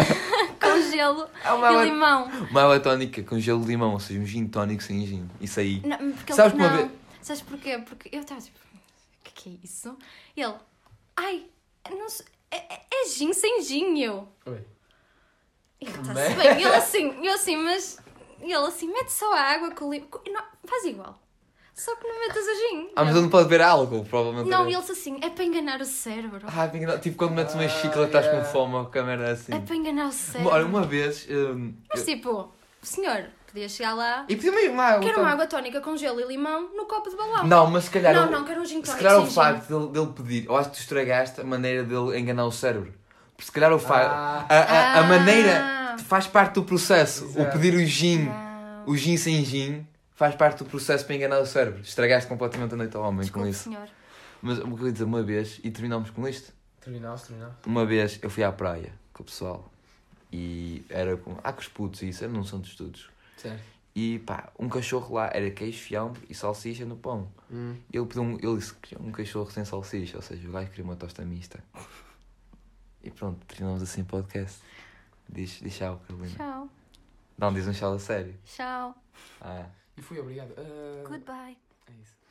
Speaker 2: Com gelo
Speaker 1: É uma
Speaker 2: e
Speaker 1: água
Speaker 2: limão.
Speaker 1: Uma água tónica com gelo de limão, ou seja, um gin tónico sem gin. Isso aí.
Speaker 2: Não, porque ele,
Speaker 1: Sabes que uma
Speaker 2: não.
Speaker 1: vez-
Speaker 2: Sabes porquê? Porque eu estava tipo, o que, que é isso? E ele, ai, não sei, é, é- é gin sem gin, e eu.
Speaker 3: Oi.
Speaker 2: E ele está
Speaker 3: Bem.
Speaker 2: bem. E ele assim, eu assim, mas. E ele assim, mete só a água com o limão. Faz igual. Só que não metas o gin.
Speaker 1: Ah, mas
Speaker 2: Eu,
Speaker 1: ele não pode beber álcool, provavelmente.
Speaker 2: não,
Speaker 1: era-
Speaker 2: e ele disse assim, é para enganar o cérebro.
Speaker 1: Ah, tem que dar- tipo quando metes uma
Speaker 3: Ah,
Speaker 1: chicla estás
Speaker 3: yeah.
Speaker 1: com fome ou câmera assim.
Speaker 2: É para enganar o cérebro.
Speaker 1: Olha, uma vez. hum,
Speaker 2: Mas
Speaker 1: eu-
Speaker 2: tipo, senhor, podia chegar lá.
Speaker 1: E pedi uma água.
Speaker 2: Quero
Speaker 1: então.
Speaker 2: uma água tónica com gelo e limão no copo de balão.
Speaker 1: Não, mas se calhar.
Speaker 2: não,
Speaker 1: o-
Speaker 2: não, quero um gin
Speaker 1: Se
Speaker 2: tónico
Speaker 1: calhar o
Speaker 2: sem
Speaker 1: facto dele, dele pedir, eu acho que tu estragaste a maneira dele enganar o cérebro. Porque se calhar o facto.
Speaker 3: Ah.
Speaker 1: a, a, a
Speaker 2: Ah.
Speaker 1: maneira faz parte do processo. O
Speaker 3: Exato.
Speaker 1: pedir o
Speaker 2: gin.
Speaker 1: gin,
Speaker 2: Não.
Speaker 1: o gin sem gin, faz parte do processo para enganar o cérebro. Estragaste completamente a noite ao homem
Speaker 2: Desculpe,
Speaker 1: com isso.
Speaker 2: senhor.
Speaker 1: Mas eu queria dizer uma vez, e terminámos com isto.
Speaker 3: Terminaste, terminaste.
Speaker 1: Uma vez eu fui à praia com o pessoal e era com. Ah, com os putos, e isso, era num centro de estudos.
Speaker 3: Certo.
Speaker 1: E pá, um cachorro lá era queijo, fiambre e salsicha no pão.
Speaker 3: Hum.
Speaker 1: Ele, pediu um, ele disse que queria um cachorro sem salsicha, ou seja, o gajo queria uma tosta mista. E pronto, terminamos assim o podcast. Diz, diz tchau, Carolina.
Speaker 2: Tchau.
Speaker 1: Não, diz um tchau a sério.
Speaker 2: Tchau.
Speaker 1: Ah.
Speaker 3: E fui obrigado. Ah,
Speaker 2: Goodbye.
Speaker 3: É isso.